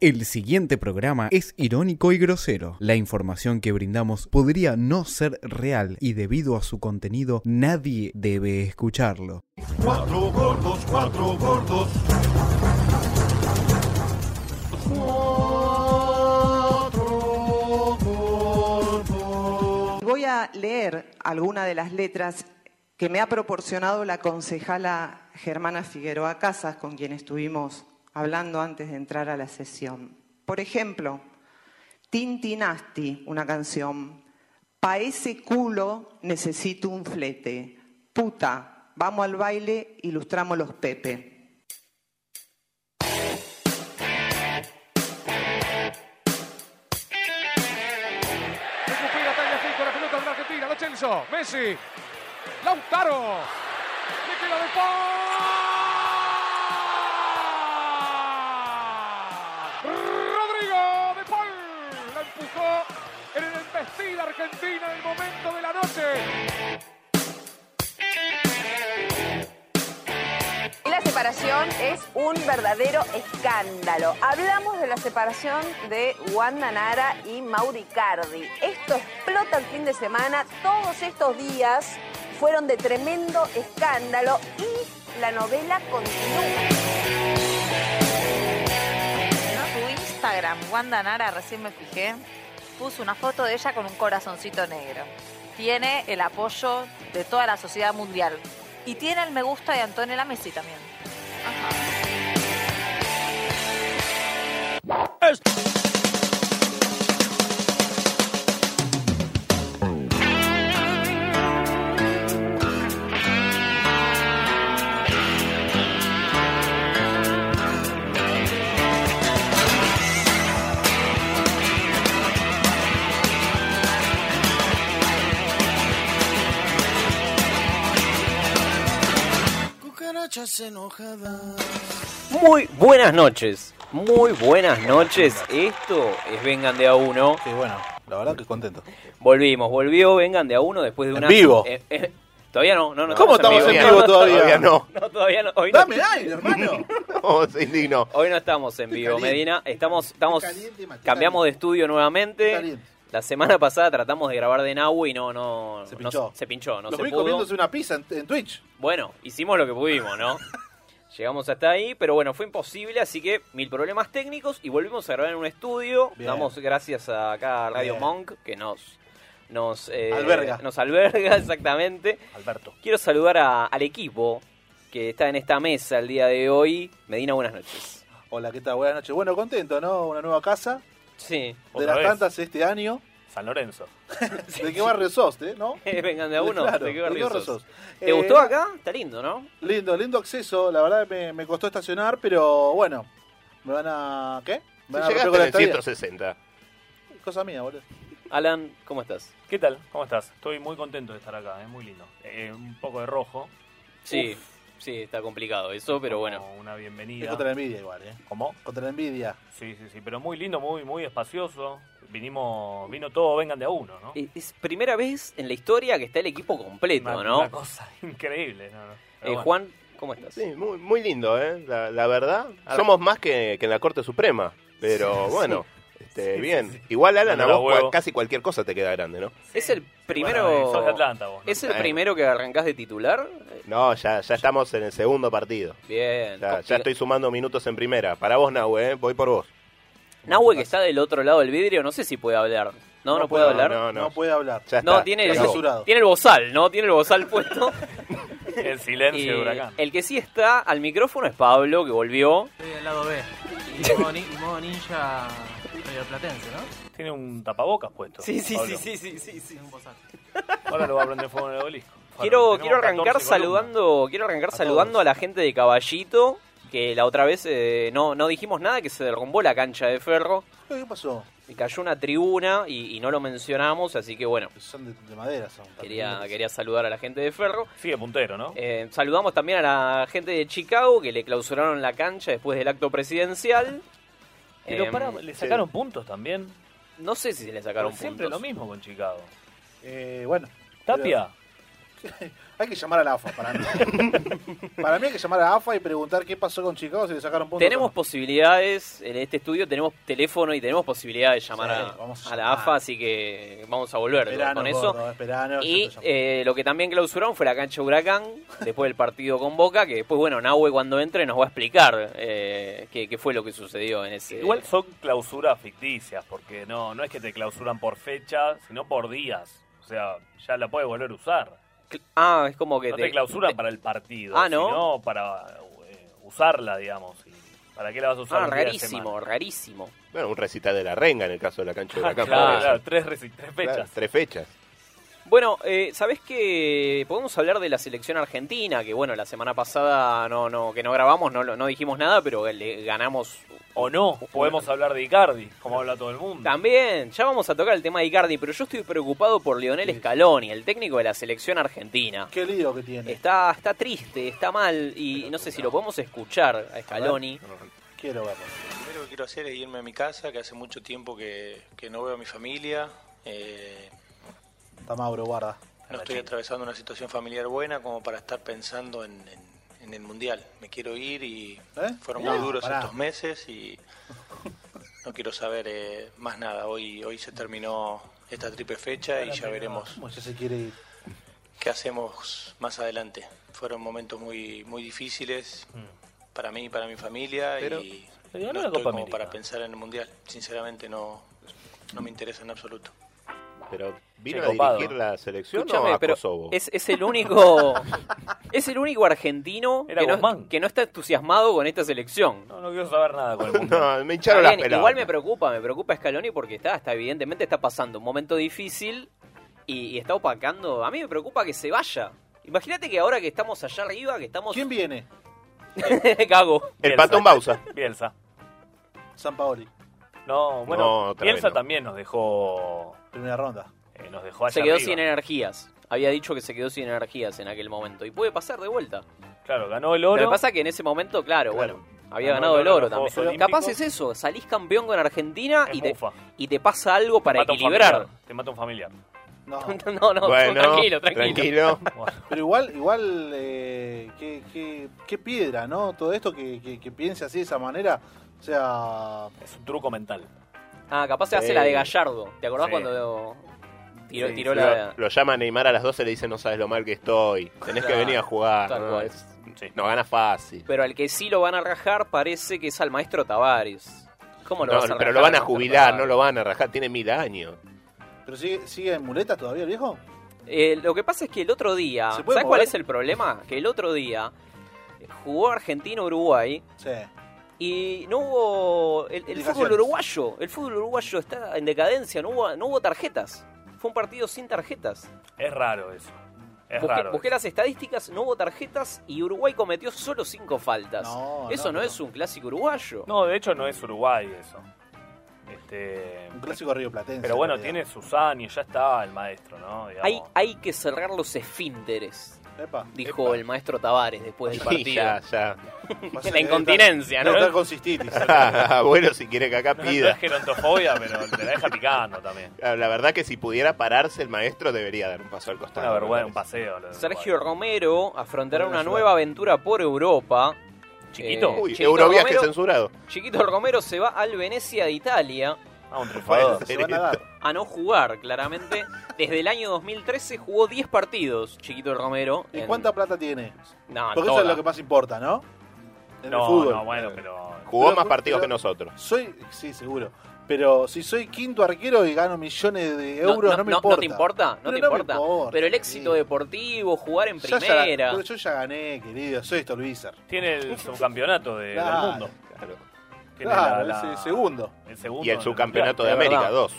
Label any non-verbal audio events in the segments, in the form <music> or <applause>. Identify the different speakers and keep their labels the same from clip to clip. Speaker 1: El siguiente programa es irónico y grosero. La información que brindamos podría no ser real y debido a su contenido nadie debe escucharlo.
Speaker 2: Cuatro gordos, cuatro gordos.
Speaker 3: Voy a leer alguna de las letras que me ha proporcionado la concejala Germana Figueroa Casas, con quien estuvimos hablando antes de entrar a la sesión. Por ejemplo, Tintinasti, una canción. Pa' ese culo necesito un flete. Puta, vamos al baile, ilustramos los Pepe.
Speaker 4: Recupera Tagliafico la pelota de Argentina, lo Celso, Messi, Lautaro, le queda de Paul. Rodrigo de Paul la empujó en el embestida Argentina en el momento de la noche.
Speaker 5: La separación es un verdadero escándalo. Hablamos de la separación de Wanda Nara y Mauri Cardi. Esto explota el fin de semana. Todos estos días fueron de tremendo escándalo y la novela continúa.
Speaker 6: No, tu Instagram, Wanda Nara, recién me fijé, puso una foto de ella con un corazoncito negro. Tiene el apoyo de toda la sociedad mundial. Y tiene el me gusta de Antonella Messi también.
Speaker 7: Muy buenas noches. Muy buenas noches. Esto es Vengan de a uno.
Speaker 8: Sí, bueno, la verdad que contento.
Speaker 7: Volvimos, volvió Vengan de a uno después de
Speaker 8: ¿En
Speaker 7: una.
Speaker 8: vivo?
Speaker 7: Eh, eh, todavía no, no, no.
Speaker 8: ¿Cómo estamos en
Speaker 7: <laughs>
Speaker 8: vivo todavía? no.
Speaker 7: No, todavía no. Hoy no,
Speaker 8: Dame aire, hermano.
Speaker 9: No, se indignó.
Speaker 7: hoy no estamos en vivo,
Speaker 8: caliente.
Speaker 7: Medina. Estamos, estamos,
Speaker 8: Estoy caliente, Mati,
Speaker 7: cambiamos de
Speaker 8: caliente.
Speaker 7: estudio
Speaker 8: Estoy
Speaker 7: nuevamente.
Speaker 8: caliente.
Speaker 7: La semana pasada tratamos de grabar de Nahue y no, no,
Speaker 8: Se
Speaker 7: no-
Speaker 8: pinchó.
Speaker 7: se pinchó, no
Speaker 8: Los
Speaker 7: se
Speaker 8: vi
Speaker 7: pudo.
Speaker 8: comiéndose una pizza en, en Twitch.
Speaker 7: Bueno, hicimos lo que pudimos, ¿no?
Speaker 8: <laughs>
Speaker 7: Llegamos hasta ahí, pero bueno, fue imposible, así que mil problemas técnicos y volvimos a grabar en un estudio.
Speaker 8: Bien.
Speaker 7: Damos gracias a acá a Radio
Speaker 8: Bien.
Speaker 7: Monk que nos nos eh,
Speaker 8: Alberga.
Speaker 7: nos alberga <laughs> exactamente.
Speaker 8: Alberto.
Speaker 7: Quiero saludar a- al equipo que está en esta mesa el día de hoy. Medina, buenas noches.
Speaker 8: Hola, ¿qué tal? Buenas noches. Bueno, contento, ¿no? Una nueva casa.
Speaker 7: <laughs> Sí.
Speaker 8: De
Speaker 9: Otra
Speaker 8: las
Speaker 9: vez.
Speaker 8: tantas este año.
Speaker 9: San Lorenzo.
Speaker 8: <laughs> ¿De qué barrio sos, eh? ¿No?
Speaker 7: Vengan de a uno.
Speaker 8: Claro,
Speaker 7: ¿de qué
Speaker 8: ¿de
Speaker 7: barrio
Speaker 8: qué barrio
Speaker 7: sos?
Speaker 8: sos?
Speaker 7: ¿Te
Speaker 8: Eh,
Speaker 7: gustó acá? Está lindo, ¿no?
Speaker 8: Lindo, lindo acceso. La verdad me, me costó estacionar, pero bueno. Me van a. ¿Qué?
Speaker 9: Si
Speaker 8: Me van romper
Speaker 9: llegaste
Speaker 8: con
Speaker 9: en
Speaker 8: la
Speaker 9: el
Speaker 8: estadía.
Speaker 9: 160.
Speaker 8: Cosa mía, boludo.
Speaker 7: Alan, ¿cómo estás?
Speaker 9: ¿Qué tal? ¿Cómo estás? Estoy muy contento de estar acá, es muy lindo. Eh, un poco de rojo.
Speaker 7: Sí, sí, está complicado eso, pero
Speaker 9: como
Speaker 7: bueno.
Speaker 9: Una
Speaker 8: Es
Speaker 9: bienvenida.
Speaker 8: contra la envidia igual, eh.
Speaker 9: ¿Cómo?
Speaker 8: Contra la envidia.
Speaker 9: Sí, sí, sí, pero muy lindo, muy muy espacioso. Vinimos, vino todo, vengan de a uno, ¿no?
Speaker 7: Es- Es primera vez en la historia que está el equipo completo,
Speaker 9: una,
Speaker 7: ¿no?
Speaker 9: una cosa <laughs> increíble. No, no. Pero
Speaker 7: Eh,
Speaker 9: bueno.
Speaker 7: Juan, ¿cómo estás?
Speaker 10: Sí, muy, muy lindo, ¿eh? La, la verdad.
Speaker 7: A ver.
Speaker 10: Somos más que, que en la Corte Suprema. Pero bueno, este, bien. Igual, Alan,
Speaker 9: No
Speaker 10: a
Speaker 9: la
Speaker 10: vos cua-
Speaker 9: huevo.
Speaker 10: casi cualquier cosa te queda grande, ¿no?
Speaker 7: Es el
Speaker 9: Bueno, eh,
Speaker 7: primero.
Speaker 9: sos de Atlanta vos. ¿no?
Speaker 7: ¿Es el
Speaker 10: Eh.
Speaker 7: primero que arrancás de titular? Eh,
Speaker 10: No, ya, ya estamos en el segundo partido.
Speaker 7: Bien.
Speaker 10: Ya, ya estoy sumando minutos en primera. Para vos, Nahue, ¿eh? Voy por vos.
Speaker 7: Nahue, que está del otro lado del vidrio, no sé si puede hablar. No, no, puede
Speaker 10: puedo,
Speaker 7: hablar.
Speaker 10: no,
Speaker 7: No,
Speaker 8: No puede hablar.
Speaker 10: Ya está.
Speaker 7: tiene,
Speaker 10: Acabó.
Speaker 8: censurado.
Speaker 7: tiene el bozal, ¿no? Tiene el bozal
Speaker 9: <laughs>
Speaker 7: puesto.
Speaker 9: El silencio de
Speaker 7: Eh,
Speaker 9: huracán.
Speaker 7: el que sí está al micrófono es Pablo, que volvió.
Speaker 11: Estoy del lado
Speaker 7: <laughs>
Speaker 11: B. Y modo, ni- y modo ninja platense, ¿no?
Speaker 9: Tiene un tapabocas puesto.
Speaker 7: Sí, sí,
Speaker 9: Pablo.
Speaker 7: sí, sí, sí, sí, sí.
Speaker 11: Tengo un bozal.
Speaker 9: Ahora lo va a prender fuego en el
Speaker 7: <laughs>
Speaker 9: obelisco. Bueno,
Speaker 7: Quiero,
Speaker 9: tenemos
Speaker 7: quiero arrancar
Speaker 9: 14 columnas.
Speaker 7: saludando, quiero arrancar
Speaker 8: A
Speaker 7: saludando
Speaker 8: todos.
Speaker 7: a la gente de Caballito, que la otra vez eh, no, no dijimos nada, que se derrumbó la cancha de ferro,
Speaker 8: ¿Qué pasó?
Speaker 7: y cayó una tribuna y, y no lo mencionamos, así que bueno,
Speaker 8: Son de, de madera, son.
Speaker 7: quería, quería saludar a la gente de ferro.
Speaker 9: Sigue puntero, ¿no?
Speaker 7: Eh, saludamos también a la gente de Chicago, que le clausuraron la cancha después del acto presidencial.
Speaker 9: Pero
Speaker 7: Em,
Speaker 9: pará, le sacaron puntos también.
Speaker 7: no sé si se le sacaron
Speaker 9: Siempre
Speaker 7: puntos.
Speaker 9: lo mismo con Chicago.
Speaker 8: Eh, bueno.
Speaker 9: Tapia,
Speaker 8: Hay que llamar a la AFA para mí. para mí hay que llamar a la AFA y preguntar qué pasó con Chicago si le sacaron puntos.
Speaker 7: Tenemos posibilidades en este estudio, tenemos teléfono y tenemos posibilidad de llamar a, a la AFA, así que vamos a volver
Speaker 8: Esperanos,
Speaker 7: con eso.
Speaker 8: gordo, esperanos,
Speaker 7: y eh, lo que también clausuraron fue la cancha Huracán, después del partido con Boca, que después, bueno, Nahue cuando entre nos va a explicar eh, qué, qué fue lo que sucedió en ese...
Speaker 9: Igual son clausuras ficticias, porque no, no es que te clausuran por fecha, sino por días. O sea, ya la puedes volver a usar.
Speaker 7: Ah, es como que
Speaker 9: no te, clausuran para el partido,
Speaker 7: Ah, ¿no?
Speaker 9: sino para eh, usarla, digamos. Y ¿Para qué la vas a usar?
Speaker 7: Ah,
Speaker 9: un día de
Speaker 7: rarísimo,
Speaker 9: semana?
Speaker 7: rarísimo.
Speaker 10: Bueno, un recital de la renga en el caso de la cancha de
Speaker 7: Ah,
Speaker 10: la
Speaker 9: Claro, claro, tres, reci- tres fechas.
Speaker 10: tres fechas.
Speaker 7: Bueno, eh, ¿sabés que podemos hablar de la selección argentina? Que bueno, la semana pasada no, no, que no grabamos, no, lo- no dijimos nada, pero le ganamos.
Speaker 9: O no, podemos hablar de Icardi, como habla todo el mundo.
Speaker 7: Mm. También, ya vamos a tocar el tema de Icardi, pero yo estoy preocupado por Lionel Scaloni, el técnico de la selección argentina.
Speaker 8: Qué lío que tiene.
Speaker 7: Está, está triste, está mal, y no sé si lo podemos escuchar a Scaloni.
Speaker 8: Quiero verlo.
Speaker 12: Lo primero que quiero hacer es irme a mi casa, que hace mucho tiempo que, que no veo a mi familia. Eh,
Speaker 8: Está Mauro, guarda.
Speaker 12: no estoy atravesando una situación familiar buena como para estar pensando en, en- en el mundial. Me quiero ir y fueron muy
Speaker 8: No,
Speaker 12: duros
Speaker 8: ¿Eh? pará.
Speaker 12: estos meses y no quiero saber eh, más nada. Hoy, hoy se terminó esta triple fecha y ya veremos
Speaker 8: ¿Cómo ya se quiere ir?
Speaker 12: qué hacemos más adelante. Fueron momentos muy, muy difíciles para mí y para mi familia
Speaker 9: Mm. Pero
Speaker 12: y
Speaker 9: se ganó
Speaker 12: no
Speaker 9: la
Speaker 12: estoy
Speaker 9: Copa
Speaker 12: como
Speaker 9: América.
Speaker 12: para pensar en el mundial. Sinceramente no, no me interesa en absoluto.
Speaker 10: Pero vino
Speaker 7: Che,
Speaker 10: a
Speaker 7: copado.
Speaker 10: dirigir la selección
Speaker 7: Escuchame,
Speaker 10: o a
Speaker 7: pero
Speaker 10: Kosovo.
Speaker 7: Es, es el único es el único argentino
Speaker 9: Era
Speaker 7: que no,
Speaker 9: Guzmán.
Speaker 7: que no está entusiasmado con esta selección.
Speaker 9: No, no quiero saber nada
Speaker 10: <laughs>
Speaker 9: con el mundo.
Speaker 10: <laughs> No, me hincharon
Speaker 7: Está
Speaker 10: las
Speaker 7: bien,
Speaker 10: pelotas.
Speaker 7: Igual me preocupa, me preocupa Scaloni porque está, está evidentemente está pasando un momento difícil y, y está opacando. A mí me preocupa que se vaya. Imagínate que ahora que estamos allá arriba, que estamos. <laughs> ¿Quién
Speaker 8: viene?
Speaker 7: Cago.
Speaker 10: El Patón Bausa.
Speaker 9: Bielsa.
Speaker 8: San Paoli.
Speaker 9: No,
Speaker 10: No,
Speaker 9: bueno,
Speaker 10: otra
Speaker 9: Bielsa
Speaker 10: vez no.
Speaker 9: también nos dejó.
Speaker 8: Primera ronda.
Speaker 9: eh, nos dejó allá
Speaker 7: Se quedó
Speaker 9: arriba.
Speaker 7: sin energías. Había dicho que se quedó sin energías en aquel momento. Y puede pasar de vuelta.
Speaker 9: Claro, ganó el oro.
Speaker 7: Lo que pasa es que en ese momento, claro, bueno. Había
Speaker 9: Ganó
Speaker 7: ganado
Speaker 9: el
Speaker 7: el
Speaker 9: oro
Speaker 7: oro
Speaker 9: en los Juegos
Speaker 7: también.
Speaker 9: Olímpicos.
Speaker 7: Capaz es eso, salís campeón con Argentina y te,
Speaker 9: mufa.
Speaker 7: y te pasa algo para
Speaker 9: Mata un
Speaker 7: equilibrar.
Speaker 9: familiar, Te mata un familiar.
Speaker 7: <laughs>
Speaker 8: No,
Speaker 7: No, no,
Speaker 10: Bueno,
Speaker 7: tranquilo, tranquilo. <laughs>
Speaker 8: Pero igual, igual, eh, qué, qué- qué piedra, ¿no? Todo esto que, que- que piense así de esa manera. O sea.
Speaker 9: Es un truco mental.
Speaker 7: Ah, capaz se hace
Speaker 10: Sí.
Speaker 7: la de Gallardo. ¿Te acordás
Speaker 9: Sí.
Speaker 7: cuando tiró,
Speaker 10: Sí,
Speaker 7: tiró
Speaker 10: sí.
Speaker 7: la...
Speaker 10: Lo, lo llama Neymar a las 12 y le dice, no sabes lo mal que estoy. Tenés que
Speaker 7: Claro,
Speaker 10: venir a jugar.
Speaker 7: tal
Speaker 10: No,
Speaker 7: cual.
Speaker 10: Es- no gana fácil.
Speaker 7: Pero al que sí lo van a rajar parece que es al maestro Tavares. ¿Cómo lo
Speaker 10: No,
Speaker 7: vas a rajar?
Speaker 10: pero lo van a
Speaker 7: al maestro
Speaker 10: jubilar,
Speaker 7: Tavares?
Speaker 10: no lo van a rajar. Tiene mil años.
Speaker 8: ¿Pero sigue, sigue en muletas todavía el viejo?
Speaker 7: Eh, lo que pasa es que el otro día...
Speaker 8: ¿Se
Speaker 7: ¿Sabes
Speaker 8: puede
Speaker 7: cuál
Speaker 8: mover?
Speaker 7: es el problema? Que el otro día eh, jugó Argentina-Uruguay
Speaker 8: Sí.
Speaker 7: y no hubo... El, el fútbol
Speaker 8: Indicaciones.
Speaker 7: uruguayo, el fútbol uruguayo está en decadencia, no hubo, no hubo tarjetas. Fue un partido sin tarjetas.
Speaker 9: Es raro eso. Es
Speaker 7: busqué,
Speaker 9: raro.
Speaker 7: busqué las estadísticas, no hubo tarjetas y Uruguay cometió solo cinco faltas.
Speaker 9: No,
Speaker 7: Eso no,
Speaker 9: no,
Speaker 7: es un clásico uruguayo.
Speaker 9: No, de hecho no es Uruguay eso. Este,
Speaker 8: Un clásico río platense.
Speaker 9: pero bueno, tiene sus años, ya está el maestro, ¿no? Digamos.
Speaker 7: Hay, hay que cerrar los esfínteres, dijo el maestro Tavares
Speaker 10: <laughs>
Speaker 7: después del
Speaker 10: Sí,
Speaker 7: partido.
Speaker 10: ya,
Speaker 7: <laughs>
Speaker 10: ya.
Speaker 7: La incontinencia, ¿no?
Speaker 8: Debe estar con
Speaker 7: <laughs>
Speaker 8: cistitis.
Speaker 10: <laughs> bueno, si quiere que acá
Speaker 9: <laughs> No, no
Speaker 10: pida.
Speaker 9: es gerontofobia, pero te la deja picando también.
Speaker 10: La la verdad que si pudiera pararse el maestro debería dar un paso al costado.
Speaker 9: Una
Speaker 10: me
Speaker 9: vergüenza, un
Speaker 10: parece.
Speaker 9: paseo. lo de
Speaker 7: Sergio Romero afrontará
Speaker 10: Bueno,
Speaker 7: una
Speaker 10: ayuda.
Speaker 7: nueva aventura por Europa. Eh,
Speaker 10: Chiquito. Uy,
Speaker 7: Chiquito
Speaker 10: Euroviaje
Speaker 7: Romero-
Speaker 10: censurado.
Speaker 7: Chiquito Romero se va al Venecia de Italia.
Speaker 9: Ah, un
Speaker 10: triunfador. Se va a nadar.
Speaker 7: A no jugar,
Speaker 8: <laughs>
Speaker 7: claramente. Desde el año 2013 jugó 10 partidos, Chiquito Romero.
Speaker 8: ¿Y
Speaker 7: en-
Speaker 8: cuánta plata tiene?
Speaker 7: No,
Speaker 8: Porque eso
Speaker 7: toda.
Speaker 8: es lo que más importa, ¿no? En
Speaker 9: No,
Speaker 8: el fútbol.
Speaker 9: no, bueno, pero.
Speaker 10: Jugó
Speaker 8: Pero-
Speaker 10: más partidos
Speaker 8: pero-
Speaker 10: que nosotros.
Speaker 8: Soy, sí, seguro. Pero si soy quinto arquero y gano millones de
Speaker 7: No,
Speaker 8: euros, no,
Speaker 7: no,
Speaker 8: me
Speaker 7: no-
Speaker 8: importa.
Speaker 7: no te importa, no
Speaker 8: Pero
Speaker 7: te
Speaker 8: me
Speaker 7: importa. Pero el éxito deportivo, jugar en
Speaker 8: Ya, ya-
Speaker 7: primera.
Speaker 8: pero yo ya gané, querido. Soy Stolbizer.
Speaker 9: Tiene el subcampeonato de-
Speaker 8: Claro,
Speaker 9: del mundo. Tiene
Speaker 8: Claro,
Speaker 9: la- la-
Speaker 8: ese segundo.
Speaker 9: el segundo.
Speaker 10: Y el
Speaker 9: del-
Speaker 10: subcampeonato de
Speaker 7: de verdad.
Speaker 10: América, dos.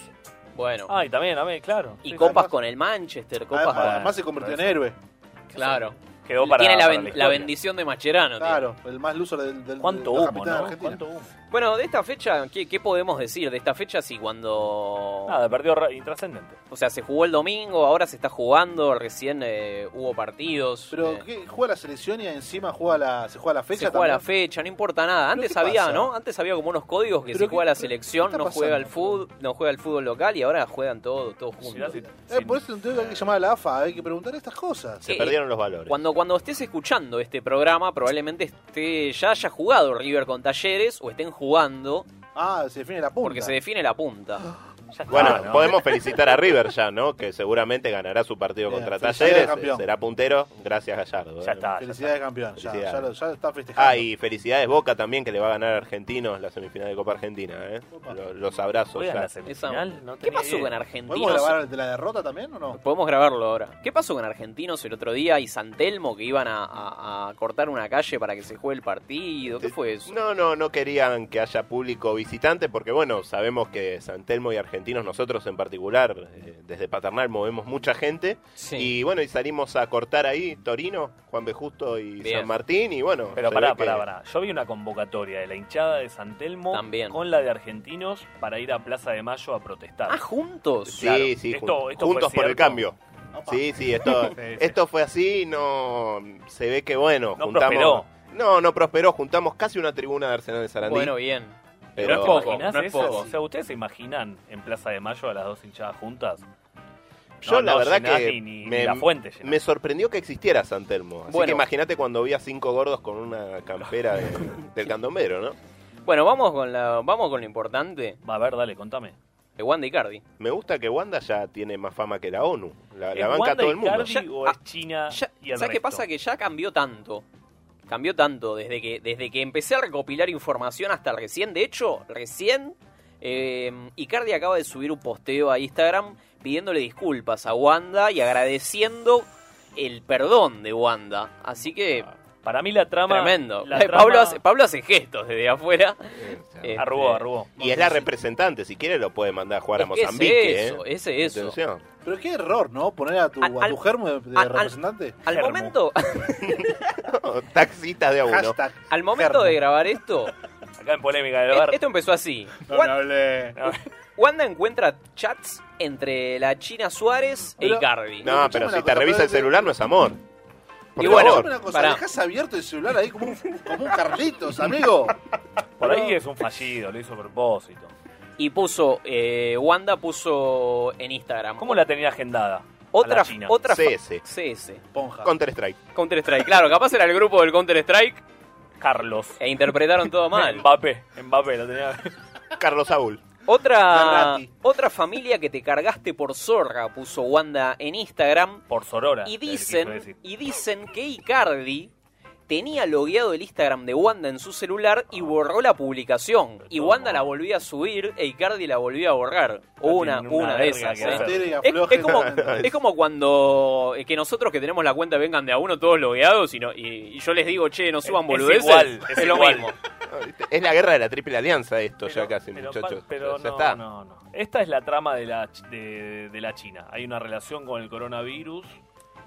Speaker 7: Bueno.
Speaker 9: Ah, y también, a ver, claro.
Speaker 7: Y
Speaker 9: Sí,
Speaker 7: copas
Speaker 9: además-
Speaker 7: con el Manchester, copas
Speaker 8: Además,
Speaker 7: con.
Speaker 8: además se convirtió en héroe.
Speaker 7: Claro.
Speaker 9: Quedó para-
Speaker 7: Tiene la,
Speaker 9: para
Speaker 7: ben-
Speaker 9: la
Speaker 7: la
Speaker 9: historia.
Speaker 7: bendición de Macherano.
Speaker 8: Claro, el más loser del, del
Speaker 9: ¿Cuánto
Speaker 8: de la
Speaker 9: humo,
Speaker 8: capital
Speaker 9: no?
Speaker 8: argentina.
Speaker 9: ¿Cuánto humo?
Speaker 7: Bueno, de esta fecha, ¿qué, qué podemos decir? De esta fecha, sí, cuando.
Speaker 9: Nada, perdió re- intrascendente.
Speaker 7: O sea, se jugó el domingo, ahora se está jugando, recién eh, hubo partidos.
Speaker 8: Pero
Speaker 7: eh,
Speaker 8: ¿qué? juega la selección y encima juega la, se juega la fecha.
Speaker 7: se juega la
Speaker 8: también?
Speaker 7: fecha, no importa nada. Antes
Speaker 8: qué
Speaker 7: había,
Speaker 8: pasa?
Speaker 7: ¿no? Antes había como unos códigos que
Speaker 8: ¿Pero
Speaker 7: se
Speaker 8: qué-
Speaker 7: juega la selección,
Speaker 8: está
Speaker 7: no juega el
Speaker 8: pasando?
Speaker 7: fútbol, no juega el fútbol local y ahora juegan todo, todos juntos.
Speaker 8: Eh, por eso tengo que llamar a la AFA, hay que preguntar estas cosas.
Speaker 7: Eh, Cuando, cuando estés escuchando este programa, probablemente esté, ya haya jugado River con Talleres o estén jugando.
Speaker 8: Ah, se define la punta.
Speaker 7: Porque se define la punta.
Speaker 10: Bueno,
Speaker 7: Ah, ¿no?
Speaker 10: podemos felicitar a River ya, ¿no? Que seguramente ganará su partido contra
Speaker 8: felicidades,
Speaker 10: Talleres.
Speaker 8: campeón.
Speaker 10: Será puntero. Gracias, Gallardo.
Speaker 9: Ya está.
Speaker 8: Felicidades, campeón. Ya,
Speaker 10: Felicidades.
Speaker 8: ya lo- ya está festejando.
Speaker 10: Ah, y felicidades Boca también, que le va a ganar a Argentinos la semifinal de Copa Argentina, ¿eh? Lo- los abrazos
Speaker 7: Juegan
Speaker 10: ya.
Speaker 7: la semifinal, no ¿Qué tenía pasó idea. con Argentinos?
Speaker 8: ¿Podemos grabar de la derrota también o no?
Speaker 7: Podemos grabarlo ahora. ¿Qué pasó con Argentinos el otro día y San Telmo que iban a, a- a cortar una calle para que se juegue el partido? ¿Qué fue eso?
Speaker 10: No, no, no querían que haya público visitante porque, bueno, sabemos que San Telmo y Argentinos, nosotros en particular, eh, desde Paternal movemos mucha gente. Y bueno, y salimos a cortar ahí Torino, Juan B. Justo y
Speaker 9: Bien.
Speaker 10: San Martín y bueno...
Speaker 9: Pero
Speaker 10: se
Speaker 9: pará,
Speaker 10: ve que-
Speaker 9: pará, pará. Yo vi una convocatoria de la hinchada de San Telmo con la de Argentinos para ir a Plaza de Mayo a protestar. ¿Ah,
Speaker 7: juntos?
Speaker 10: Sí, sí, jun-
Speaker 9: fue
Speaker 10: juntos por el
Speaker 9: cierto.
Speaker 10: cambio. Sí, sí,
Speaker 9: <laughs>
Speaker 10: esto,
Speaker 9: Sí, sí.
Speaker 10: esto fue así, no se ve que bueno,
Speaker 9: No
Speaker 10: juntamos
Speaker 9: prosperó.
Speaker 10: No, no prosperó, juntamos casi una tribuna de Arsenal de Sarandí.
Speaker 7: Bueno, bien.
Speaker 10: Pero
Speaker 9: ¿No te
Speaker 10: poco,
Speaker 9: imaginás
Speaker 10: no es
Speaker 9: eso?
Speaker 10: poco.
Speaker 9: O sea, ¿ustedes se imaginan en Plaza de Mayo a las dos hinchadas juntas?
Speaker 10: Yo
Speaker 9: No,
Speaker 10: la
Speaker 9: no
Speaker 10: verdad
Speaker 9: llenás
Speaker 10: que
Speaker 9: ni- ni- ni
Speaker 10: me,
Speaker 9: la fuente llenás.
Speaker 10: me sorprendió que existiera San Telmo. Así
Speaker 7: Bueno.
Speaker 10: que imagínate cuando vi a cinco gordos con una campera de- del candombero, ¿no?
Speaker 7: Bueno, vamos con la, vamos con lo importante.
Speaker 9: Va, a ver, dale, contame.
Speaker 7: De Wanda Icardi.
Speaker 10: Me gusta que Wanda ya tiene más fama que la ONU. La, la
Speaker 7: ¿Es
Speaker 10: banca
Speaker 7: Wanda
Speaker 10: todo el mundo.
Speaker 7: Icardi Ya- o es ah,
Speaker 9: China
Speaker 10: y el
Speaker 7: ¿Sabes qué
Speaker 10: resto?
Speaker 7: pasa? Que ya cambió tanto. Cambió tanto desde que, desde que empecé a recopilar información hasta recién. De hecho, recién eh, Icardi acaba de subir un posteo a Instagram pidiéndole disculpas a Wanda y agradeciendo el perdón de Wanda. Así que...
Speaker 10: Ah.
Speaker 9: Para mí la trama...
Speaker 7: Tremendo. Eh,
Speaker 9: la
Speaker 7: Pablo,
Speaker 9: trama-
Speaker 7: hace, Pablo hace gestos desde afuera. Este,
Speaker 9: Arrugó, arrugó.
Speaker 10: Y es la representante, si quiere lo puede mandar a jugar a
Speaker 7: Es que es
Speaker 10: Mozambique.
Speaker 7: eso,
Speaker 10: ¿eh?
Speaker 7: es eso.
Speaker 10: Atención. <laughs>
Speaker 8: Pero qué error, ¿no? Poner a tu, a
Speaker 10: al-
Speaker 8: tu germo de, de
Speaker 10: al- al-
Speaker 8: representante.
Speaker 7: al
Speaker 8: Germo.
Speaker 7: momento-
Speaker 10: Taxistas de a uno.
Speaker 8: Hashtag.
Speaker 7: Al momento de grabar esto,
Speaker 9: Acá en polémica del
Speaker 7: Et-
Speaker 9: bar.
Speaker 7: Eh, Esto empezó así.
Speaker 9: No
Speaker 7: Wan-
Speaker 9: me hablé. No.
Speaker 7: Wanda encuentra chats entre la China Suárez
Speaker 8: Pero-
Speaker 7: e Icardi.
Speaker 10: No,
Speaker 8: escuchame
Speaker 10: pero
Speaker 8: una
Speaker 10: si te
Speaker 8: cosa,
Speaker 10: revisa
Speaker 8: pero-
Speaker 10: el celular no es amor. Por
Speaker 7: Y bueno,
Speaker 10: favor.
Speaker 8: Una cosa,
Speaker 7: Pará.
Speaker 8: dejás abierto el celular ahí como un, como un Carlitos, amigo.
Speaker 9: Por ahí es un fallido, lo hizo a propósito.
Speaker 7: Y puso, eh, Wanda puso en Instagram.
Speaker 9: ¿Cómo la tenía agendada? A
Speaker 7: Otra,
Speaker 9: la China.
Speaker 7: otra fa-
Speaker 10: CS.
Speaker 7: CS.
Speaker 8: Ponja.
Speaker 10: Counter Strike.
Speaker 7: Counter Strike. Claro, capaz era el grupo del Counter Strike.
Speaker 9: Carlos.
Speaker 7: E interpretaron <laughs> todo mal.
Speaker 9: Mbappé, Mbappé la
Speaker 7: <laughs>
Speaker 9: tenía.
Speaker 10: Carlos Saúl.
Speaker 7: Otra,
Speaker 9: Ferrati.
Speaker 7: otra familia que te cargaste por zorra, puso Wanda en Instagram.
Speaker 9: Por Sorora.
Speaker 7: Y
Speaker 9: le quiso
Speaker 7: dicen,
Speaker 9: decir.
Speaker 7: y dicen que Icardi tenía logueado el Instagram de Wanda en su celular y borró la publicación. Y Wanda la volvía a subir e Icardi la volvía a borrar. Una,
Speaker 9: tienen
Speaker 7: una,
Speaker 9: una
Speaker 7: de
Speaker 9: verga
Speaker 7: esas.
Speaker 9: que hacer.
Speaker 7: ¿eh?
Speaker 9: Tire y
Speaker 7: Es,
Speaker 9: afloje.
Speaker 7: es como,
Speaker 9: <laughs>
Speaker 7: es como cuando eh, que nosotros que tenemos la cuenta vengan de a uno todos logueados y, no- y- y yo les digo, che, no suban
Speaker 9: Es
Speaker 7: boludeces.
Speaker 9: igual, es
Speaker 7: lo
Speaker 9: igual.
Speaker 7: mismo.
Speaker 10: Es la guerra de la triple alianza esto ya casi,
Speaker 9: Pero,
Speaker 10: muchachos.
Speaker 9: pa- pero
Speaker 10: ya
Speaker 9: no,
Speaker 10: está.
Speaker 9: no, no. Esta es la trama de la, ch- de, de la China. Hay una relación con el coronavirus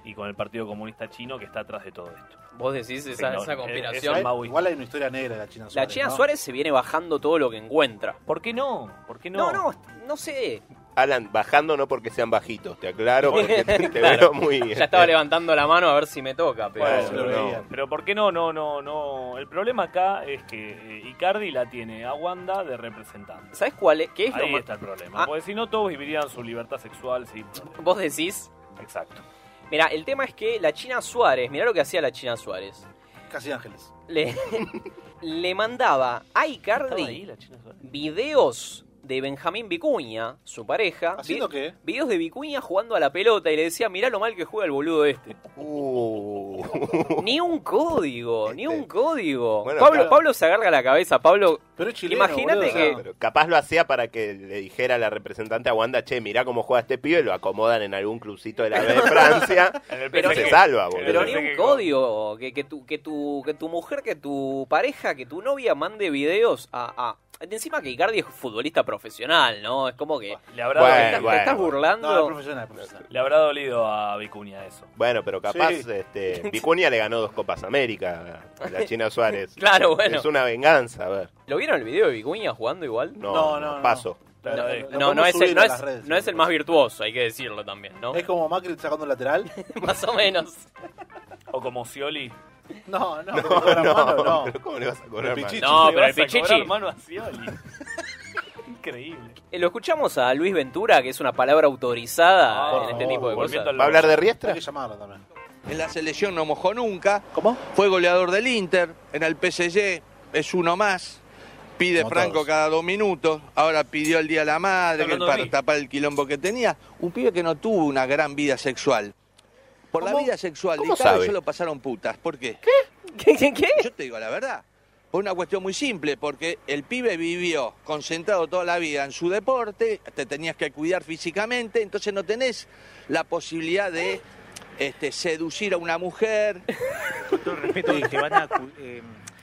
Speaker 9: y con el Partido Comunista Chino que está atrás de todo esto.
Speaker 7: Vos decís esa-
Speaker 9: Sí, no,
Speaker 7: esa
Speaker 9: es-
Speaker 7: conspiración.
Speaker 9: es un maoísta.
Speaker 8: Igual hay una historia negra de la China
Speaker 7: La
Speaker 8: Suárez.
Speaker 7: China
Speaker 8: ¿no?
Speaker 7: Suárez se viene bajando todo lo que encuentra.
Speaker 9: ¿Por qué no? ¿Por qué
Speaker 7: No,
Speaker 9: no?
Speaker 7: no, no sé.
Speaker 10: Alan, bajando no porque sean bajitos, te aclaro, porque te, te
Speaker 7: Claro.
Speaker 10: veo muy...
Speaker 7: Ya
Speaker 10: <laughs>
Speaker 7: estaba levantando la mano a ver si me toca, pero...
Speaker 9: Bueno, no. Pero ¿por qué no? No, no, no. El problema acá es que eh, Icardi la tiene a Wanda de representante.
Speaker 7: ¿Sabes cuál es? ¿Qué es lo Ah.
Speaker 9: Ahí
Speaker 7: más-
Speaker 9: está el problema. Porque si no, todos vivirían su libertad sexual. Sí.
Speaker 7: Vos decís.
Speaker 9: Exacto.
Speaker 7: Mira, el tema es que la China Suárez, mirá lo que hacía la China Suárez.
Speaker 8: Casi Ángeles.
Speaker 7: Le, <laughs> le mandaba a Icardi
Speaker 9: ¿Estaba ahí la China Suárez?
Speaker 7: videos de Benjamín Vicuña, su pareja.
Speaker 8: ¿Haciendo
Speaker 7: vi-
Speaker 8: qué?
Speaker 7: Videos de Vicuña jugando a la pelota y le decía, mirá lo mal que juega el boludo
Speaker 10: <laughs>
Speaker 7: este.
Speaker 10: Uh.
Speaker 7: Ni un código, ni un código.
Speaker 10: Este, Bueno,
Speaker 7: Pablo,
Speaker 10: claro.
Speaker 7: Pablo se agarra la cabeza, Pablo.
Speaker 8: Pero es chileno,
Speaker 7: Imagínate
Speaker 8: boludo.
Speaker 7: que...
Speaker 10: <laughs> Pero capaz lo hacía para que le dijera a la representante a Wanda, che, mirá cómo juega este pibe, lo acomodan en algún clubcito de la B de Francia,
Speaker 9: En el
Speaker 10: pero
Speaker 9: PSG.
Speaker 10: se salva, boludo.
Speaker 7: Pero ni un código. Que, que, tu, que, tu, que tu mujer, que tu pareja, que tu novia mande videos a, a- Encima que Icardi es futbolista profesional, ¿no? Es como que.
Speaker 9: Le habrá dolido.
Speaker 7: Te- te estás burlando.
Speaker 9: Le habrá dolido a Vicuña eso.
Speaker 10: Bueno, pero capaz
Speaker 9: Sí.
Speaker 10: este, Vicuña le ganó dos Copas América a la China Suárez.
Speaker 7: Claro, bueno.
Speaker 10: Es una venganza, a ver.
Speaker 7: ¿Lo vieron el video de Vicuña jugando igual?
Speaker 10: No, No, no, no. paso.
Speaker 7: No,
Speaker 10: Lo- lo-
Speaker 7: eh,
Speaker 10: lo
Speaker 7: no, no
Speaker 10: podemos
Speaker 7: es, el,
Speaker 10: subir
Speaker 7: no,
Speaker 10: a
Speaker 7: es,
Speaker 10: las redes,
Speaker 7: no es el más virtuoso, hay que decirlo
Speaker 13: <laughs>
Speaker 7: también, ¿no?
Speaker 8: Es como Macri sacando un lateral.
Speaker 7: Más o menos.
Speaker 9: O como Scioli.
Speaker 8: No, no,
Speaker 9: No,
Speaker 8: pero cobrar
Speaker 9: no,
Speaker 8: mano, no.
Speaker 9: pero ¿cómo le vas a
Speaker 10: cobrar
Speaker 9: mano?
Speaker 8: Pichichi
Speaker 7: No,
Speaker 8: se
Speaker 7: pero
Speaker 8: va a
Speaker 7: el
Speaker 8: cobrar
Speaker 7: Pichichi.
Speaker 8: mano.
Speaker 9: a Scioli. <laughs> Increíble.
Speaker 7: Eh, Lo escuchamos a Luis Ventura, que es una palabra autorizada
Speaker 9: Ah,
Speaker 7: en este tipo de cosas.
Speaker 8: Hay que llamarlo también.
Speaker 14: En la selección no mojó nunca. Fue goleador del Inter. En el PSG es uno más. Pide Franco cada dos minutos. Ahora pidió el Día de la Madre que
Speaker 3: Hablando de
Speaker 14: para
Speaker 3: mí.
Speaker 14: tapar el quilombo que tenía. Un pibe que no tuvo una gran vida sexual. Por la vida sexual de
Speaker 3: ¿Cómo
Speaker 14: Icardi
Speaker 3: sabe?
Speaker 14: solo pasaron putas. ¿Por qué?
Speaker 7: ¿Qué? ¿Qué?
Speaker 14: Yo te digo la verdad. Por una cuestión muy simple, porque el pibe vivió concentrado toda la vida en su deporte, te tenías que cuidar físicamente, entonces no tenés la posibilidad de este, seducir a una mujer. Con todo respeto,
Speaker 15: te van a acu- eh,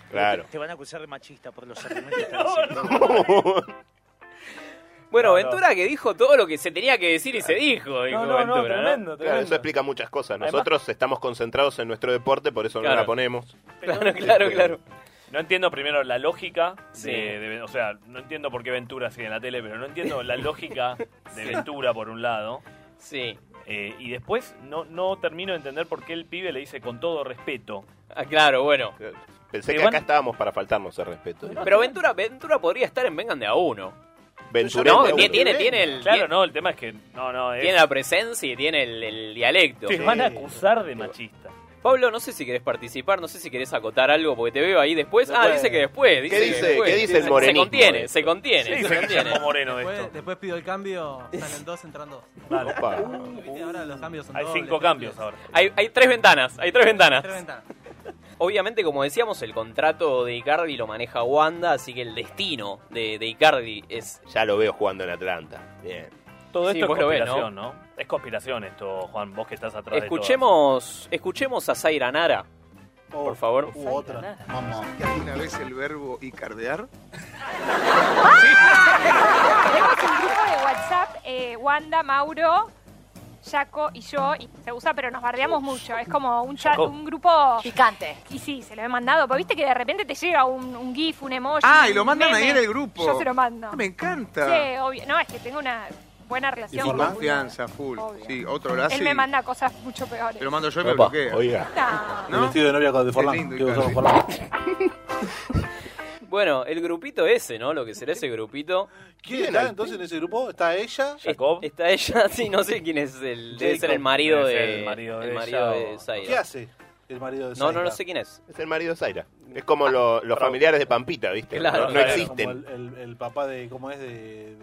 Speaker 14: Claro.
Speaker 15: Te van a acusar de machista por los
Speaker 7: <laughs>
Speaker 15: argumentos que estás diciendo.
Speaker 7: Bueno,
Speaker 10: No,
Speaker 7: Ventura que dijo todo lo que se tenía que decir y se dijo, dijo Ventura. ¿no? <laughs>
Speaker 10: Claro, eso explica muchas cosas.
Speaker 7: Además-
Speaker 10: Nosotros estamos concentrados en nuestro deporte, por eso
Speaker 9: Claro.
Speaker 10: no la ponemos.
Speaker 7: Claro, <laughs> claro, claro.
Speaker 9: No entiendo primero la lógica de,
Speaker 10: Sí.
Speaker 9: de- O sea, no entiendo por qué Ventura sigue en la tele, pero no entiendo
Speaker 7: <laughs>
Speaker 9: la lógica de Ventura por un lado. eh,
Speaker 7: Sí.
Speaker 9: y después no, no termino de entender por qué el pibe le dice con todo respeto.
Speaker 7: Ah, claro, bueno.
Speaker 10: Pensé
Speaker 9: Te
Speaker 10: que
Speaker 9: van-
Speaker 10: acá estábamos para faltarnos el respeto.
Speaker 7: Pero Ventura, Ventura podría estar en Vengan de a uno.
Speaker 10: Venturé
Speaker 7: No,
Speaker 10: de
Speaker 7: tiene,
Speaker 10: uno.
Speaker 7: tiene, tiene el.
Speaker 9: Claro,
Speaker 7: tiene-
Speaker 9: no, el tema es que. No, no, es-
Speaker 7: Tiene la presencia y tiene el, el dialecto.
Speaker 9: Te van a acusar de machista.
Speaker 7: Pablo, no sé si querés participar, no sé si querés acotar algo, porque te veo ahí después. Ah,
Speaker 9: Después.
Speaker 7: dice que después. Dice
Speaker 9: ¿Qué
Speaker 7: que
Speaker 9: dice?
Speaker 7: después.
Speaker 9: ¿Qué dice el morenismo
Speaker 7: Se contiene,
Speaker 9: de
Speaker 7: se contiene.
Speaker 9: Sí,
Speaker 7: se
Speaker 9: dice
Speaker 7: contiene.
Speaker 9: Guillermo Moreno de
Speaker 4: después,
Speaker 9: esto.
Speaker 4: después pido el cambio, salen dos, entran dos.
Speaker 9: Dale. Opa.
Speaker 15: Uh.
Speaker 4: Viste, Ahora los cambios son
Speaker 9: Hay
Speaker 4: dobles,
Speaker 9: cinco cambios ahora.
Speaker 7: Hay, hay tres ventanas, hay tres ventanas.
Speaker 4: Tres ventanas.
Speaker 7: Obviamente, como decíamos, el contrato de Icardi lo maneja Wanda, así que el destino de, de Icardi es...
Speaker 10: Ya lo veo jugando en Atlanta. Bien.
Speaker 9: Todo
Speaker 7: Sí,
Speaker 9: esto
Speaker 7: vos
Speaker 9: es
Speaker 7: lo ves,
Speaker 9: conspiración,
Speaker 7: ¿no?
Speaker 9: ¿no? Es conspiración esto, Juan, vos que estás atrás
Speaker 7: Escuchemos, escuchemos a Zaira Nara, por favor.
Speaker 16: ¿Escuchaste alguna vez el verbo icardear?
Speaker 17: Tenemos un grupo de WhatsApp, eh, Wanda, Mauro, Jaco y yo, y se usa, pero nos bardeamos mucho. Es como un chat,
Speaker 5: Jaco.
Speaker 17: un grupo.
Speaker 5: Picante.
Speaker 17: Y sí, se lo he mandado, pero viste que de repente te llega un, un GIF, un emoji.
Speaker 16: Ah, y lo
Speaker 17: un
Speaker 16: mandan ahí
Speaker 17: meme.
Speaker 16: en el grupo.
Speaker 17: Yo se lo mando.
Speaker 16: Ah, me encanta.
Speaker 17: Sí, obvio. No, es que tengo una buena relación.
Speaker 16: Sin
Speaker 17: con
Speaker 16: confianza, full.
Speaker 17: Obvio.
Speaker 16: Sí, otro lo
Speaker 17: Wanda.
Speaker 16: hace.
Speaker 17: Él me manda cosas mucho peores.
Speaker 16: Te lo mando yo y me
Speaker 8: Opa,
Speaker 16: bloquea. Oiga.
Speaker 17: No.
Speaker 8: El vestido de novia con de
Speaker 16: Qué
Speaker 8: Forlán.
Speaker 16: lindo,
Speaker 8: que usó
Speaker 16: Icardi.
Speaker 8: Forlán.
Speaker 7: Bueno, el grupito ese, ¿no? Lo que será ese grupito.
Speaker 8: <laughs> ¿Quién está entonces en ese grupo? ¿Está ella?
Speaker 7: Jacob. Está ella, <laughs> sí, no sé quién es el... Debe
Speaker 8: Jacob.
Speaker 7: ser el marido
Speaker 8: Debe ser
Speaker 7: de...
Speaker 8: el marido de
Speaker 7: marido
Speaker 8: ella
Speaker 7: de
Speaker 8: o-
Speaker 7: Zaira.
Speaker 8: ¿Qué hace el marido de
Speaker 7: No, no,
Speaker 8: Zaira?
Speaker 7: no sé quién es.
Speaker 10: Es el marido de Zaira. Es como lo- los familiares de Pampita, ¿viste?
Speaker 7: Claro,
Speaker 10: no, no
Speaker 7: claro.
Speaker 10: existen.
Speaker 8: Como el, el- el papá de. ¿Cómo es? De.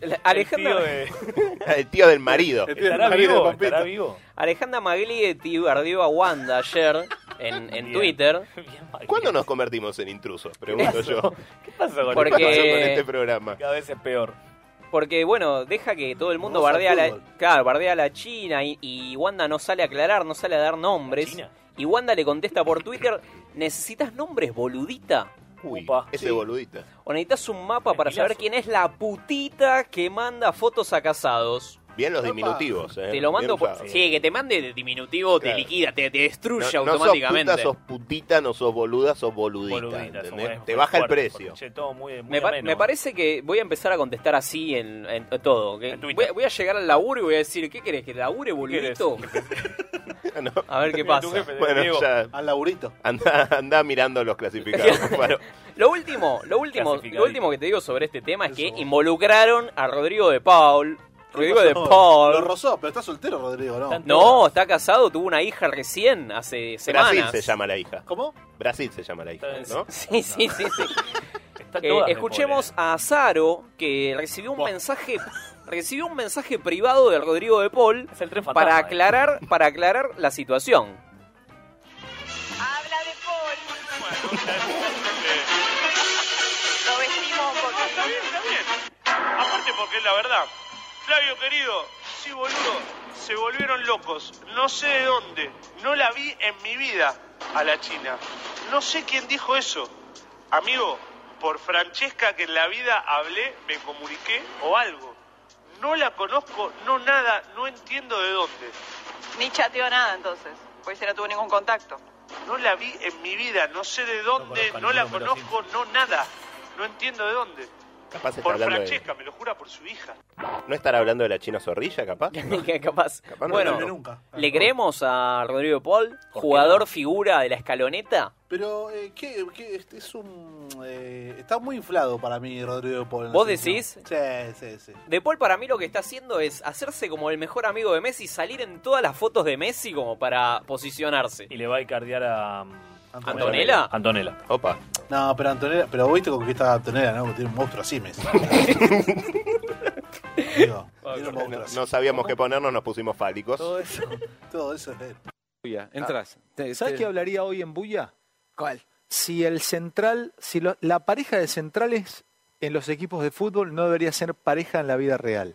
Speaker 8: de-
Speaker 7: Alejandro...
Speaker 10: El tío del marido.
Speaker 8: El tío del marido de Pampita.
Speaker 9: <laughs>
Speaker 7: Alejandra Maglietti bardeó a Wanda ayer en, en Twitter.
Speaker 10: ¿Cuándo nos convertimos en intrusos? Pregunto
Speaker 7: Eso.
Speaker 10: yo.
Speaker 7: ¿Qué pasó
Speaker 10: con
Speaker 7: Porque-
Speaker 10: ¿Qué pasó con este programa?
Speaker 9: Cada vez es peor.
Speaker 7: Porque, bueno, deja que todo el mundo
Speaker 9: Vamos al
Speaker 7: bardea a la,
Speaker 9: fútbol.
Speaker 7: claro, bardea a la China y, y Wanda no sale a aclarar, no sale a dar nombres. Y Wanda le contesta por Twitter, ¿necesitas nombres, boludita?
Speaker 10: Uy, ese boludita.
Speaker 7: ¿O necesitas un mapa para saber quién es la putita que manda fotos a casados?
Speaker 10: Bien los diminutivos, ¿eh?
Speaker 7: Te lo mando
Speaker 10: Bien
Speaker 7: por...
Speaker 10: usados.
Speaker 7: Sí, que te mande de diminutivo,
Speaker 10: Claro.
Speaker 7: te liquida, te, te
Speaker 10: No,
Speaker 7: destruye
Speaker 10: no
Speaker 7: automáticamente.
Speaker 10: sos puta, sos putita, no sos boluda, sos boludita.
Speaker 9: Boludita,
Speaker 10: ¿entendés?
Speaker 9: somos- es
Speaker 10: Te
Speaker 9: muy
Speaker 10: baja el
Speaker 9: fuerte,
Speaker 10: precio.
Speaker 9: porque, Che, todo muy, muy
Speaker 7: Me, pa-
Speaker 9: ameno.
Speaker 7: me parece que voy a empezar a contestar así en, en todo. que voy, a- voy a llegar al laburo y voy a decir, ¿qué querés? ¿Que labure, boludito?
Speaker 10: <laughs>
Speaker 7: A ver qué pasa.
Speaker 10: Bueno, ya.
Speaker 8: Al laburito.
Speaker 10: Andá, andá mirando los clasificados. Faro.
Speaker 7: Lo último, lo último,
Speaker 10: Clasificadito.
Speaker 7: lo último que te digo sobre este tema es que involucraron a Rodrigo de Paul. Rodrigo de
Speaker 8: pasó?
Speaker 7: Paul.
Speaker 8: Lo rozó, pero está soltero, Rodrigo, ¿no?
Speaker 7: No, está casado, tuvo una hija recién, hace semanas.
Speaker 10: Brasil se llama la hija.
Speaker 8: ¿Cómo?
Speaker 10: Brasil se llama la hija, ¿no?
Speaker 7: Sí, sí, sí. <laughs> sí. Eh,
Speaker 10: todas de
Speaker 7: escuchemos a Azaro, que recibió un mensaje recibió un mensaje privado de Rodrigo de Paul para
Speaker 9: fantasma, eh.
Speaker 7: aclarar para aclarar la situación. <laughs>
Speaker 18: Habla de Paul. Lo vestimos un poquito.
Speaker 2: Aparte porque es la verdad. Flavio querido, sí boludo, se volvieron locos. No sé de dónde. No la vi en mi vida a la China. No sé quién dijo eso. Amigo, por Francesca que en la vida hablé, me comuniqué o algo. No la conozco, no nada, no entiendo de dónde.
Speaker 3: Ni chateó nada entonces, pues ella no tuvo ningún contacto.
Speaker 2: No la vi en mi vida, no sé de dónde, no,
Speaker 3: conozco
Speaker 2: la
Speaker 3: ninguno, pero
Speaker 2: conozco, no nada. No entiendo de dónde.
Speaker 10: Capaz está
Speaker 2: por
Speaker 10: hablando de-
Speaker 2: Francesca, me lo jura por su hija.
Speaker 10: ¿No estará hablando de la China
Speaker 7: <laughs>
Speaker 10: Zorrilla, capaz?
Speaker 7: capaz.
Speaker 10: no
Speaker 7: bueno,
Speaker 10: vuelve
Speaker 7: ¿le creemos a Rodrigo Paul, jugador figura de la escaloneta?
Speaker 8: Pero, eh, ¿qué, qué- este es un. eh, está muy inflado para mí, Rodrigo de Paul. en la
Speaker 7: ¿Vos
Speaker 8: selección. Sí, sí, sí.
Speaker 7: De Paul para mí lo que está haciendo es hacerse como el mejor amigo de Messi, salir en todas las fotos de Messi como para posicionarse.
Speaker 9: eh.
Speaker 7: Y le va a cardear a Antonella.
Speaker 9: um, Antonella.
Speaker 10: Opa.
Speaker 8: No, pero Antonella. Pero viste con qué está Antonella, ¿no? Tiene un monstruo
Speaker 1: <laughs>
Speaker 8: así, Messi.
Speaker 10: Ah, No, no sabíamos qué ponernos, nos pusimos fálicos.
Speaker 8: Todo eso. Todo eso es él.
Speaker 19: Entras. Te-
Speaker 1: Ah. ¿Sabes
Speaker 19: te-
Speaker 1: qué hablaría hoy en Buya?
Speaker 19: ¿Cuál?
Speaker 1: Si el central, si lo- la pareja de centrales en los equipos de fútbol no debería ser pareja en la vida real.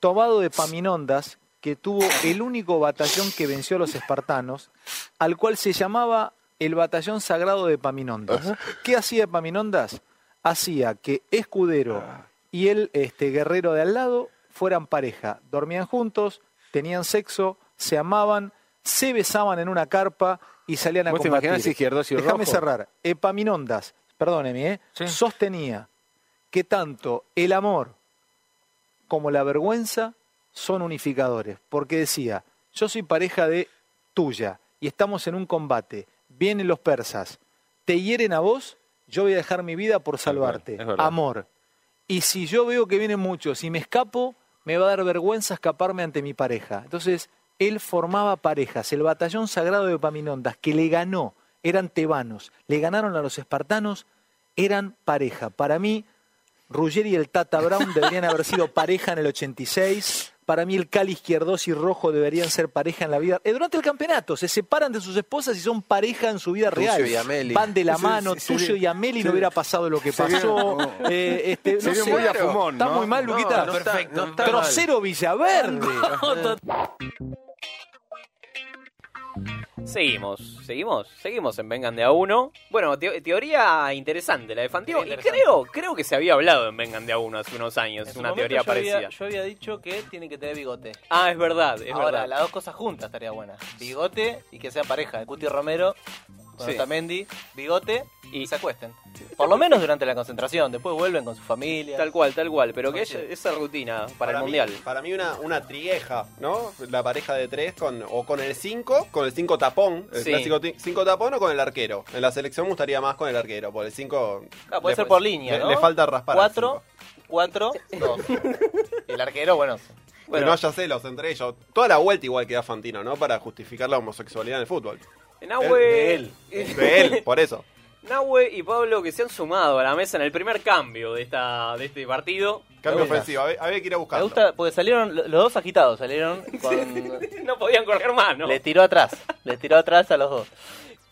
Speaker 1: Tomado de Paminondas, que tuvo el único batallón que venció a los espartanos, al cual se llamaba el batallón sagrado de Paminondas. ¿Qué hacía Paminondas? Hacía que Escudero
Speaker 10: Ah.
Speaker 1: y el este, guerrero de al lado fueran pareja. Dormían juntos, tenían sexo, se amaban, se besaban en una carpa y salían a
Speaker 19: ¿Vos te
Speaker 1: combatir.
Speaker 19: imaginás Izquierdos y
Speaker 1: Déjame
Speaker 19: Rojo?
Speaker 1: cerrar. Epaminondas, perdóneme, ¿eh? sostenía que tanto el amor como la vergüenza son unificadores. Porque decía, yo soy pareja de tuya y estamos en un combate, vienen los persas, te hieren a vos, yo voy a dejar mi vida por salvarte.
Speaker 19: es verdad.
Speaker 1: Amor. Y si yo veo que vienen muchos y me escapo, me va a dar vergüenza escaparme ante mi pareja. Entonces, él formaba parejas. El batallón sagrado de Epaminondas, que le ganó, eran tebanos, le ganaron a los espartanos, eran pareja. Para mí, Ruggeri y el Tata Brown deberían haber sido pareja en el 86. Para mí el Cali Izquierdos y Rojo deberían ser pareja en la vida. eh, durante el campeonato se separan de sus esposas y son pareja en su vida
Speaker 19: Tucio
Speaker 1: real.
Speaker 19: y Ameli.
Speaker 1: Van de la
Speaker 19: Se-
Speaker 1: mano,
Speaker 19: se- se-
Speaker 1: Tuyo y Ameli no
Speaker 19: se-
Speaker 1: hubiera pasado lo que
Speaker 19: se-
Speaker 1: pasó.
Speaker 19: no.
Speaker 1: Eh, este, no
Speaker 19: Se vio
Speaker 1: sé.
Speaker 19: muy a fumón,
Speaker 1: Está
Speaker 19: ¿no?
Speaker 1: muy mal,
Speaker 19: No,
Speaker 1: Luquita.
Speaker 19: no está- no está mal.
Speaker 1: Trocero Villaverde.
Speaker 7: Seguimos, seguimos, seguimos en Vengan de a uno. Bueno, teo- teoría interesante, la de Fantino. Y creo, creo que se había hablado en Vengan de a uno hace unos años,
Speaker 20: su
Speaker 7: una
Speaker 20: momento
Speaker 7: teoría
Speaker 20: yo había-
Speaker 7: parecida.
Speaker 20: yo había dicho que tiene que tener bigote.
Speaker 7: Ah, es verdad, es
Speaker 20: Ahora,
Speaker 7: verdad.
Speaker 20: las dos cosas juntas estaría buena. Bigote y que sean pareja. El Cuti Romero con
Speaker 7: Sí.
Speaker 20: Otamendi, bigote y se acuesten. Por lo menos durante la concentración. Después vuelven con su familia.
Speaker 7: Tal cual, tal cual. Pero que
Speaker 20: Sí.
Speaker 7: haya esa rutina para, el
Speaker 13: mí-
Speaker 7: Mundial.
Speaker 13: para mí una, una trieja, ¿no? La pareja de tres con, o con el cinco, con el cinco tapón, el
Speaker 7: Sí.
Speaker 13: clásico ti- cinco tapón o con el arquero. En la selección me gustaría más con el arquero, porque el cinco...
Speaker 20: Ah, puede
Speaker 13: le-
Speaker 20: ser por línea,
Speaker 13: le,
Speaker 20: ¿no?
Speaker 13: le falta raspar. al
Speaker 20: Cuatro, cuatro, dos. Y el arquero, bueno.
Speaker 13: cinco. Que no haya celos entre ellos. Toda la vuelta igual que da Fantino, ¿no? Para justificar la homosexualidad en el fútbol.
Speaker 7: Nahue.
Speaker 13: De él. De él, por eso.
Speaker 7: <laughs> Nahue y Pablo que se han sumado a la mesa en el primer cambio de, esta, de este partido.
Speaker 13: Cambio ofensivo, había había que ir a
Speaker 20: Me
Speaker 13: buscarlo.
Speaker 20: gusta, porque salieron lo- los dos agitados,
Speaker 13: <laughs>
Speaker 20: salieron con...
Speaker 7: No podían correr más, ¿no?
Speaker 20: Le tiró atrás, le tiró atrás a los dos.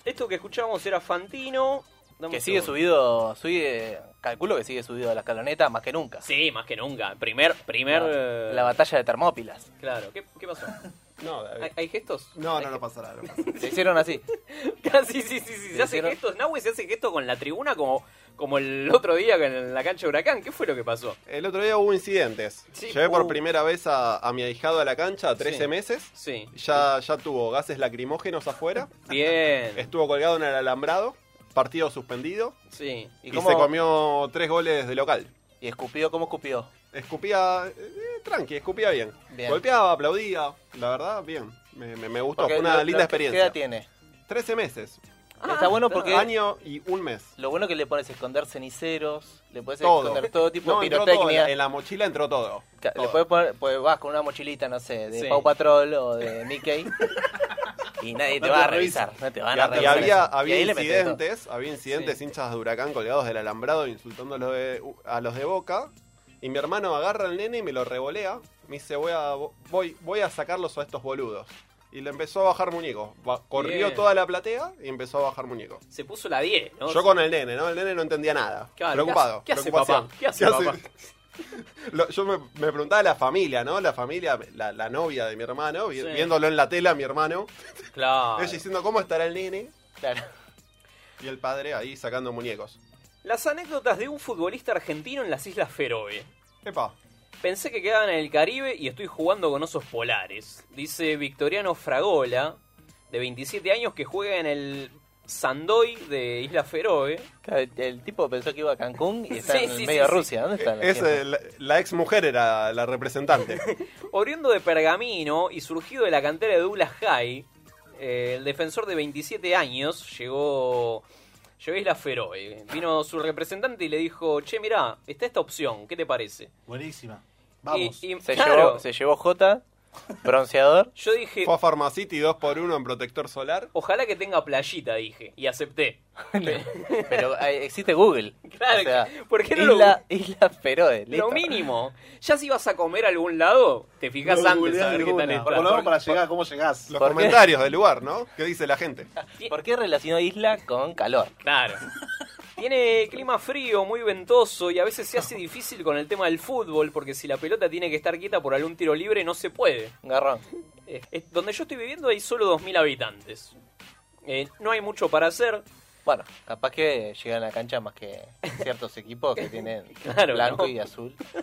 Speaker 7: Esto que escuchábamos era Fantino. Dame
Speaker 20: Que
Speaker 7: un
Speaker 20: sigue subido,
Speaker 7: segundo.
Speaker 20: sigue, calculo que sigue subido a la escaloneta más que nunca.
Speaker 7: Sí, más que nunca. Primer, primer.
Speaker 20: La-
Speaker 7: eh,
Speaker 20: la batalla de Termópilas.
Speaker 7: Claro, ¿qué,
Speaker 13: <laughs>
Speaker 7: qué pasó?
Speaker 13: No,
Speaker 7: ¿Hay, hay gestos?
Speaker 13: No,
Speaker 7: <laughs>
Speaker 13: no, no pasará.
Speaker 20: Se hicieron así.
Speaker 7: Casi, sí, sí, sí. Se hace gestos. Nahue se hace gestos con la tribuna como, como el otro día en la cancha de Huracán. ¿Qué fue lo que pasó?
Speaker 13: El otro día hubo incidentes.
Speaker 7: Sí,
Speaker 13: Llevé por
Speaker 7: hubo-
Speaker 13: primera vez a, a mi ahijado a la cancha a 13 meses.
Speaker 7: Sí.
Speaker 13: Ya, ya tuvo gases lacrimógenos afuera.
Speaker 7: Bien.
Speaker 13: <laughs> Estuvo colgado en el alambrado. Partido suspendido.
Speaker 7: Sí.
Speaker 13: Y,
Speaker 20: cómo-
Speaker 13: se comió tres goles de local.
Speaker 20: ¿Y escupió cómo escupió?
Speaker 13: Escupía eh, tranqui, escupía bien.
Speaker 20: Bien.
Speaker 13: Golpeaba, aplaudía. La verdad, bien. Me, me- me gustó.
Speaker 20: Porque
Speaker 13: Fue una
Speaker 20: lo- lo
Speaker 13: linda
Speaker 20: que-
Speaker 13: experiencia.
Speaker 20: ¿Qué edad tiene? Ah,
Speaker 13: 13 meses.
Speaker 7: Ah,
Speaker 20: Está bueno porque-
Speaker 13: Año y un mes.
Speaker 20: Lo bueno que le pones esconder ceniceros, le puedes
Speaker 13: Todo.
Speaker 20: esconder todo tipo
Speaker 13: No,
Speaker 20: de
Speaker 13: entró todo,
Speaker 20: pirotecnia.
Speaker 13: en la- en la mochila entró todo.
Speaker 20: Ca-
Speaker 13: Todo.
Speaker 20: Le puedes poner, pues vas con una mochilita, no sé, de
Speaker 13: Sí.
Speaker 20: Pau Patrol o de
Speaker 7: <laughs>
Speaker 20: Mickey. y nadie te
Speaker 13: No
Speaker 20: va a
Speaker 13: revisan.
Speaker 20: revisar. No te van
Speaker 13: y,
Speaker 20: a
Speaker 13: y
Speaker 20: revisar.
Speaker 13: había,
Speaker 20: eso. Y
Speaker 13: había
Speaker 20: ahí le metes todo.
Speaker 13: incidentes, había incidentes hinchas de huracán colgados del alambrado insultando a los, de, a los de boca. Y mi hermano agarra al nene y me lo revolea. Me dice, voy a, voy, voy a sacarlos a estos boludos. Y le empezó a bajar muñeco. Ba- corrió
Speaker 7: Bien.
Speaker 13: toda la platea y empezó a bajar muñeco.
Speaker 7: Se puso la 10, ¿no?
Speaker 13: Yo con el nene, ¿no? El nene no entendía nada.
Speaker 7: Claro,
Speaker 13: preocupado.
Speaker 7: ¿qué hace- qué hace
Speaker 13: preocupación.
Speaker 7: papá?
Speaker 13: <laughs>
Speaker 7: ¿Qué hace papá?
Speaker 13: Lo- yo me, me preguntaba la familia, ¿no? La familia, la, la novia de mi hermano, vi-
Speaker 7: Sí.
Speaker 13: viéndolo en la tela, mi hermano.
Speaker 7: Claro.
Speaker 13: Ella diciendo, ¿cómo estará el nene?
Speaker 20: Claro.
Speaker 13: Y el padre ahí sacando muñecos.
Speaker 7: Las anécdotas de un futbolista argentino en las Islas Feroe.
Speaker 13: Epa.
Speaker 7: Pensé que quedaban en el Caribe y estoy jugando con osos polares. Dice Victoriano Fragola, de 27 años, que juega en el Sandoy de Islas Feroe.
Speaker 20: El, tipo pensó que iba a Cancún y está
Speaker 7: Sí,
Speaker 20: en el
Speaker 7: sí,
Speaker 20: medio de
Speaker 7: sí, sí.
Speaker 20: Rusia. ¿Dónde está la
Speaker 13: Es,
Speaker 20: gente?
Speaker 13: eh, la, la ex mujer era la representante.
Speaker 7: <laughs> Oriundo de Pergamino y surgido de la cantera de Douglas High, eh, el defensor de 27 años llegó, llegó a Isla Feroe. Vino su representante y le dijo, che, mirá, está esta opción, ¿qué te parece?
Speaker 8: Buenísima.
Speaker 7: Vamos. Y- y-
Speaker 20: se,
Speaker 7: claro.
Speaker 20: llevó, se llevó J, bronceador.
Speaker 7: <laughs> Yo dije...
Speaker 13: Fue a Farmacity 2x1 en protector solar.
Speaker 7: Ojalá que tenga playita, dije,
Speaker 20: <laughs>
Speaker 7: y acepté.
Speaker 20: Pero eh, existe Google.
Speaker 7: <laughs> Claro,
Speaker 20: O sea,
Speaker 7: ¿por qué no lo
Speaker 20: Isla, Isla Feroe.
Speaker 7: Lo
Speaker 20: listo.
Speaker 7: mínimo. Ya si vas a comer a algún lado, te fijas
Speaker 20: No
Speaker 7: antes
Speaker 20: googleás
Speaker 7: a ver qué tal
Speaker 20: ninguna.
Speaker 7: está.
Speaker 20: Por lo menos para llegar,
Speaker 8: ¿cómo llegás?
Speaker 13: Los
Speaker 20: ¿Por qué?
Speaker 13: comentarios del lugar, ¿no? ¿Qué dice la
Speaker 7: <laughs>
Speaker 13: gente?
Speaker 20: ¿Por qué relacionó Isla con calor?
Speaker 7: Claro. Tiene clima frío, muy ventoso y a veces se hace difícil con el tema del fútbol porque si la pelota tiene que estar quieta por algún tiro libre no se puede.
Speaker 20: Garrón.
Speaker 7: Eh, eh, donde yo estoy viviendo hay solo 2.000 habitantes. Eh, no hay mucho para hacer.
Speaker 20: Bueno, capaz que llegan a la cancha más que ciertos equipos que tienen
Speaker 7: <laughs> Claro,
Speaker 20: blanco
Speaker 7: ¿no?
Speaker 20: y azul.
Speaker 7: <laughs>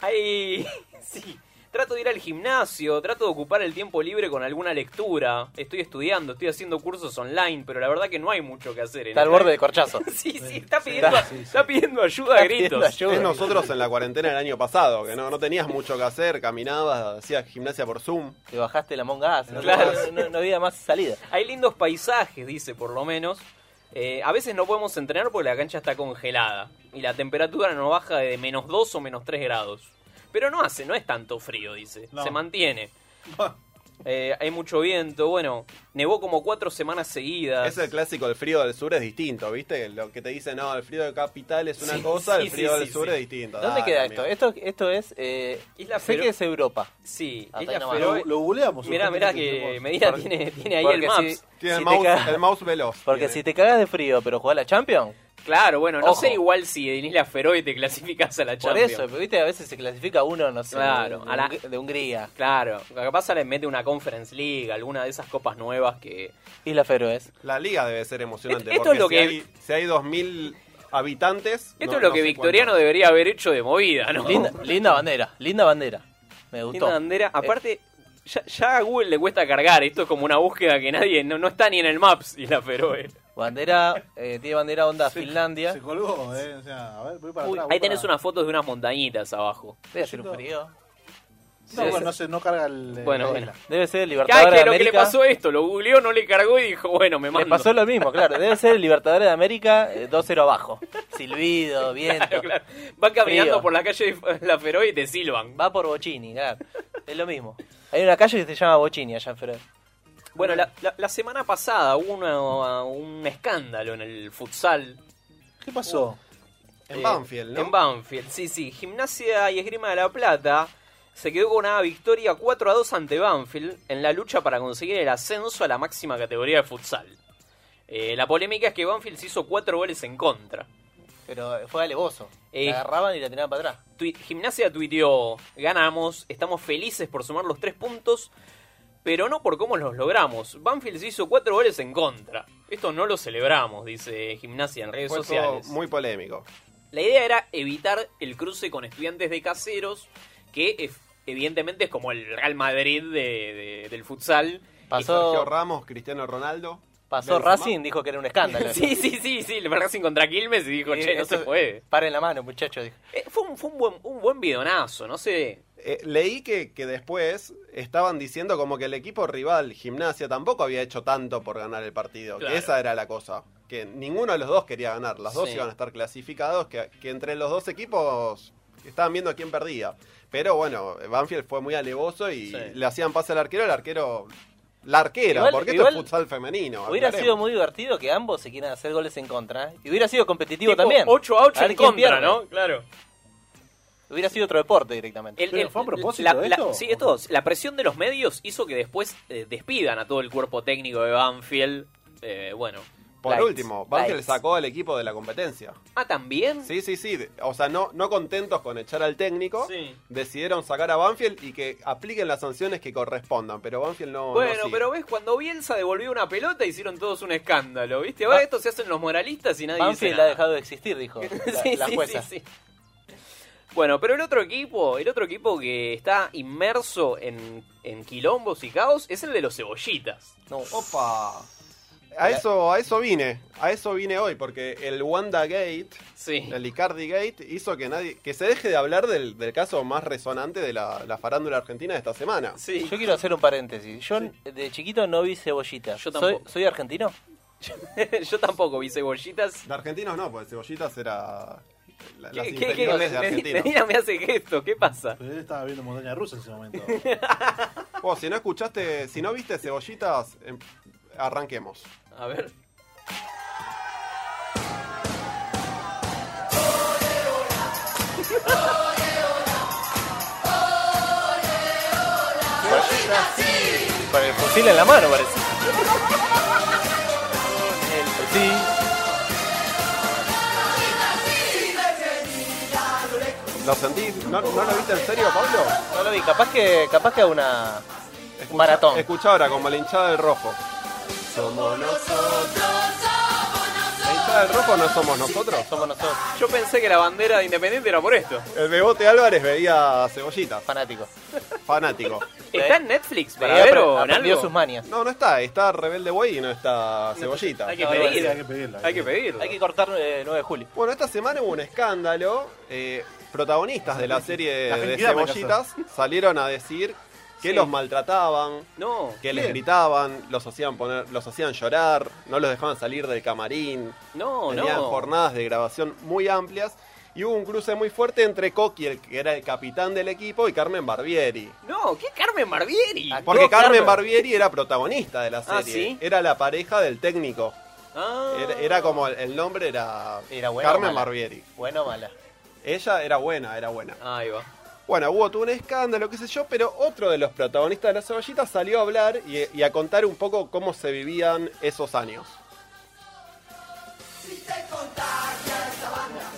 Speaker 7: Hay... Sí. Trato de ir al gimnasio, trato de ocupar el tiempo libre con alguna lectura. Estoy estudiando, estoy haciendo cursos online, pero la verdad que no hay mucho que hacer. en
Speaker 20: Está al
Speaker 7: esta-
Speaker 20: borde del corchazo.
Speaker 7: <laughs> Sí, sí, está pidiendo, está pidiendo ayuda a gritos.
Speaker 13: Es nosotros en la cuarentena del año pasado, que no, no tenías mucho que hacer, caminabas, hacías gimnasia por Zoom.
Speaker 20: Te bajaste la monga, no,
Speaker 7: Claro.
Speaker 20: no- no había más salida.
Speaker 7: Hay lindos paisajes, dice por lo menos. Eh, a veces no podemos entrenar porque la cancha está congelada y la temperatura no baja de menos 2 o menos 3 grados. Pero no hace, no es tanto frío, dice.
Speaker 20: No.
Speaker 7: Se mantiene. Eh, hay mucho viento, bueno, nevó como cuatro semanas seguidas.
Speaker 13: Es el clásico, el frío del sur es distinto, ¿viste? Lo que te dicen, no, el frío de capital es una
Speaker 7: Sí,
Speaker 13: cosa,
Speaker 7: sí,
Speaker 13: el frío
Speaker 7: sí,
Speaker 13: del
Speaker 7: sí,
Speaker 13: sur
Speaker 7: sí.
Speaker 13: es distinto.
Speaker 20: ¿Dónde
Speaker 13: Dale,
Speaker 20: queda
Speaker 13: amigo.
Speaker 20: esto? esto? Esto es... eh,
Speaker 7: Isla
Speaker 20: sé
Speaker 7: Fero-
Speaker 20: que es Europa.
Speaker 7: Sí,
Speaker 20: Hasta
Speaker 7: Isla
Speaker 20: ahí nomás.
Speaker 7: Feroe. Lo- lo googleamos, Mirá, mirá que Medina
Speaker 20: Porque-
Speaker 7: tiene- tiene ahí
Speaker 20: porque
Speaker 7: el maps. Tiene el
Speaker 20: te
Speaker 7: mouse-
Speaker 20: cagas-
Speaker 7: el mouse veloz
Speaker 20: Porque
Speaker 7: tiene.
Speaker 20: si te cagas de frío, pero jugás la Champions...
Speaker 7: Claro, bueno, no
Speaker 20: Ojo.
Speaker 7: sé igual si en Isla Feroe te clasificas a la
Speaker 20: Por
Speaker 7: Champions.
Speaker 20: eso, pero viste, a veces se clasifica uno, no sé,
Speaker 7: Claro,
Speaker 20: de,
Speaker 7: a la-
Speaker 20: Hung- de Hungría.
Speaker 7: Claro, capaz les mete una Conference League, alguna de esas copas nuevas que...
Speaker 20: Isla Feroes.
Speaker 13: La liga debe ser emocionante.
Speaker 7: Esto- esto
Speaker 13: porque
Speaker 7: es lo
Speaker 13: si
Speaker 7: que-
Speaker 13: Hay, si hay 2.000 habitantes...
Speaker 7: Esto
Speaker 13: no-
Speaker 7: es lo
Speaker 13: no
Speaker 7: que
Speaker 13: sé
Speaker 7: Victoriano debería haber hecho de movida, ¿no?
Speaker 20: Linda, linda bandera, linda bandera. Me gustó. Eh,
Speaker 7: Linda bandera. Aparte, ya, ya a Google le cuesta cargar. Esto es como una búscuda que nadie... No, no está ni en el Maps Isla Feroe.
Speaker 20: Bandera, eh, tiene bandera onda Finlandia.
Speaker 8: Se colgó, eh. O sea, a ver, voy para
Speaker 7: Uy,
Speaker 8: atrás.
Speaker 7: ahí
Speaker 8: voy
Speaker 7: tenés
Speaker 8: para-
Speaker 7: unas fotos de unas montañitas abajo.
Speaker 20: Debe ser un frío.
Speaker 8: No, bueno, no, se, no carga el. eh,
Speaker 7: Bueno,
Speaker 8: la
Speaker 7: bueno.
Speaker 8: isla.
Speaker 20: Debe ser el
Speaker 7: Cada
Speaker 20: Libertador
Speaker 7: vez
Speaker 20: de
Speaker 7: que lo que le
Speaker 20: América.
Speaker 7: pasó esto, lo googleó, no le cargó y dijo, bueno, me
Speaker 20: Le
Speaker 7: mando.
Speaker 20: pasó lo mismo, claro. Debe ser el Libertador de América eh, 2-0
Speaker 7: <laughs>
Speaker 20: abajo. Silbido, viento.
Speaker 7: Va caminando
Speaker 20: Frío.
Speaker 7: por la calle de Isla Feroe y <laughs> te silban.
Speaker 20: Va por Bochini, claro. Es lo mismo. Hay una calle que se llama Bochini allá en Feroe.
Speaker 7: Bueno, la, la- la semana pasada hubo una- un escándalo en el futsal.
Speaker 8: ¿Qué pasó?
Speaker 13: En Banfield, ¿no?
Speaker 7: Eh, En Banfield, sí, sí. Gimnasia y Esgrima de la Plata se quedó con una victoria 4 a 2 ante Banfield en la lucha para conseguir el ascenso a la máxima categoría de futsal. Eh, la polémica es que Banfield se hizo 4 goles en contra.
Speaker 20: Pero eh, fue alevoso.
Speaker 7: Eh,
Speaker 20: La agarraban y la tiraban para atrás.
Speaker 7: Tui- Gimnasia tuiteó, ganamos, estamos felices por sumar los tres puntos, pero no por cómo los logramos. Banfield se hizo cuatro goles en contra. Esto no lo celebramos, dice Gimnasia en redes
Speaker 13: Fue todo
Speaker 7: sociales.
Speaker 13: muy polémico.
Speaker 7: La idea era evitar el cruce con estudiantes de caseros, que ef- evidentemente es como el Real Madrid de- de- del futsal.
Speaker 13: Sergio Ramos, Cristiano Ronaldo.
Speaker 20: Pasó
Speaker 13: Benzema.
Speaker 20: Racing, dijo que era un escándalo.
Speaker 7: <laughs> Sí, sí, sí, sí, el Racing contra Quilmes y dijo,
Speaker 20: Eh,
Speaker 7: che, no
Speaker 20: esto-
Speaker 7: se puede.
Speaker 20: Paren la mano, muchachos. dijo.
Speaker 7: Eh, fue un, fue un buen, un buen bidonazo, no sé.
Speaker 13: Eh, leí que, que después estaban diciendo como que el equipo rival, Gimnasia, tampoco había hecho tanto por ganar el partido.
Speaker 7: Claro.
Speaker 13: Que esa era la cosa. Que ninguno de los dos quería ganar. Las dos
Speaker 7: Sí.
Speaker 13: iban a estar clasificados. Que, que entre los dos equipos estaban viendo quién perdía. Pero bueno, Banfield fue muy alevoso y
Speaker 20: Sí.
Speaker 13: le hacían pase al arquero. El arquero. La arquera,
Speaker 20: Igual-
Speaker 13: porque esto
Speaker 20: igual
Speaker 13: es futsal femenino.
Speaker 20: Hubiera
Speaker 13: aclaremos.
Speaker 20: sido muy divertido que ambos se quieran hacer goles en contra. ¿eh? Y hubiera sido competitivo
Speaker 7: Tipo,
Speaker 20: también.
Speaker 7: 8 a 8
Speaker 20: ver
Speaker 7: en
Speaker 20: quién
Speaker 7: contra,
Speaker 20: pierde.
Speaker 7: ¿no? Claro.
Speaker 20: Hubiera sido otro deporte directamente.
Speaker 7: El- el- la- la- sí, esto, la presión de los medios hizo que después eh, despidan a todo el cuerpo técnico de Banfield. Eh, bueno,
Speaker 13: Por
Speaker 7: Lights,
Speaker 13: último, Banfield
Speaker 7: lights.
Speaker 13: sacó al equipo de la competencia.
Speaker 7: Ah, ¿también?
Speaker 13: Sí, sí, sí. O sea, no, no contentos con echar al técnico, decidieron sacar a Banfield y que apliquen las sanciones que correspondan. Pero Banfield no. no
Speaker 7: Bueno,
Speaker 13: sigue.
Speaker 7: pero ves, cuando Bielsa devolvió una pelota hicieron todos un escándalo, ¿viste? Ahora esto se hacen los moralistas y nadie dice
Speaker 20: Banfield ha
Speaker 7: nada.
Speaker 20: dejado de existir, dijo
Speaker 7: <laughs>
Speaker 20: la,
Speaker 7: Sí,
Speaker 20: la
Speaker 7: sí,
Speaker 20: jueza.
Speaker 7: sí, sí. Bueno, pero el otro equipo, el otro equipo que está inmerso en, en quilombos y caos es el de los cebollitas.
Speaker 13: Opa. A eso, a eso vine, a eso vine hoy, porque el Wanda Gate, el Icardi Gate, hizo que nadie, que se deje de hablar del, del caso más resonante de la, la farándula argentina de esta semana.
Speaker 20: Yo quiero hacer un paréntesis. Yo de chiquito no vi cebollitas.
Speaker 13: Yo
Speaker 20: soy,
Speaker 13: tampoco.
Speaker 20: soy argentino.
Speaker 7: <laughs> Yo tampoco vi cebollitas.
Speaker 13: De argentinos no, porque cebollitas era la- las
Speaker 7: ¿Qué- qué- qué-
Speaker 13: inferiores de
Speaker 7: Medi-
Speaker 13: argentinos.
Speaker 7: Medina me hace gesto, ¿qué pasa?
Speaker 13: Él estaba viendo montaña rusa en ese momento. Vos, si no escuchaste, si no viste cebollitas, em, arranquemos.
Speaker 7: A ver.
Speaker 20: Con el fusil en la mano parece.
Speaker 13: ¿Lo sentís? ¿No, no lo viste en serio, Pablo?
Speaker 20: No lo vi. Capaz que, capaz que hago una...
Speaker 13: Escucha- Escucha ahora, como la hinchada del rojo. Somos ¿La hinchada del rojo no somos nosotros?
Speaker 20: Somos nosotros. ¿Eh?
Speaker 7: Yo pensé que la bandera de Independiente era por esto.
Speaker 13: El Bebote Álvarez veía cebollitas.
Speaker 20: Fanático.
Speaker 13: Fanático.
Speaker 7: ¿Está en Netflix para
Speaker 20: Veía,
Speaker 7: ver
Speaker 20: pero
Speaker 7: o en
Speaker 20: aprendió
Speaker 7: algo?
Speaker 20: sus manias.
Speaker 13: No, no está. Está Rebelde Way y no está cebollita.
Speaker 7: Hay que pedir. Hay que pedir.
Speaker 20: Hay que cortar eh, 9 de julio.
Speaker 13: Bueno, esta semana hubo un escándalo. eh, protagonistas de la serie
Speaker 20: La
Speaker 13: de
Speaker 20: felicidad me casó.
Speaker 13: cebollitas salieron a decir que
Speaker 7: Sí.
Speaker 13: los maltrataban,
Speaker 7: No.
Speaker 13: que les
Speaker 7: Bien.
Speaker 13: gritaban, los hacían poner, los hacían llorar, no los dejaban salir del camarín.
Speaker 7: No,
Speaker 13: Tenían
Speaker 7: no.
Speaker 13: jornadas de grabación muy amplias y hubo un cruce muy fuerte entre Coqui, el que era el capitán del equipo, y Carmen Barbieri.
Speaker 7: No, ¿qué Carmen Barbieri?
Speaker 13: Porque
Speaker 7: No,
Speaker 13: Carmen Barbieri era protagonista de la serie.
Speaker 7: Ah, ¿sí?
Speaker 13: Era la pareja del técnico.
Speaker 7: Ah.
Speaker 13: Era, era como el, el nombre era,
Speaker 20: buena o
Speaker 13: Carmen
Speaker 20: mala?
Speaker 13: Barbieri.
Speaker 20: Bueno o mala.
Speaker 13: Ella era buena, era buena.
Speaker 7: Ahí va.
Speaker 13: Bueno, hubo todo un escándalo, qué sé yo, pero otro de los protagonistas de la cebollita salió a hablar y, y a contar un poco cómo se vivían esos años.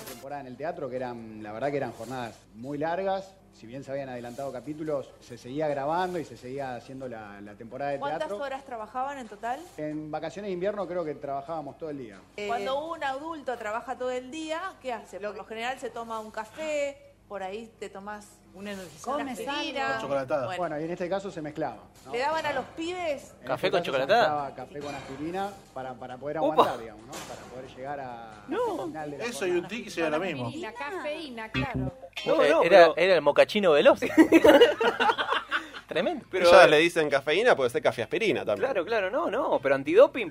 Speaker 21: temporada en el teatro, que eran, la verdad que eran jornadas muy largas. Si bien se habían adelantado capítulos, se seguía grabando y se seguía haciendo la, la temporada de
Speaker 22: ¿Cuántas
Speaker 21: teatro.
Speaker 22: horas trabajaban en total?
Speaker 21: En vacaciones de invierno creo que trabajábamos todo el día.
Speaker 22: Cuando un adulto trabaja todo el día, ¿qué hace? Por lo general se toma un café, por ahí te tomas una energizante
Speaker 21: Comes
Speaker 22: aspirina.
Speaker 21: Bueno.
Speaker 22: Bueno,
Speaker 21: y en este caso se mezclaba. ¿no?
Speaker 22: le daban a los pibes
Speaker 21: En
Speaker 20: ¿Café con
Speaker 21: este caso se
Speaker 20: chocolatada?
Speaker 21: mezclaba Café con aspirina para, para poder
Speaker 20: Upa.
Speaker 21: aguantar, digamos, ¿no? Para poder llegar a... al final de la
Speaker 23: Eso y un
Speaker 21: jornada.
Speaker 23: tiki sería lo mismo.
Speaker 17: Y la cafeína, claro.
Speaker 20: Eh, era, era el mocachino veloz. <laughs> Tremendo.
Speaker 7: Pero- eh,
Speaker 13: Ellas le dicen cafeína, puede ser cafeaspirina también.
Speaker 7: Claro, claro, no, no, pero antidoping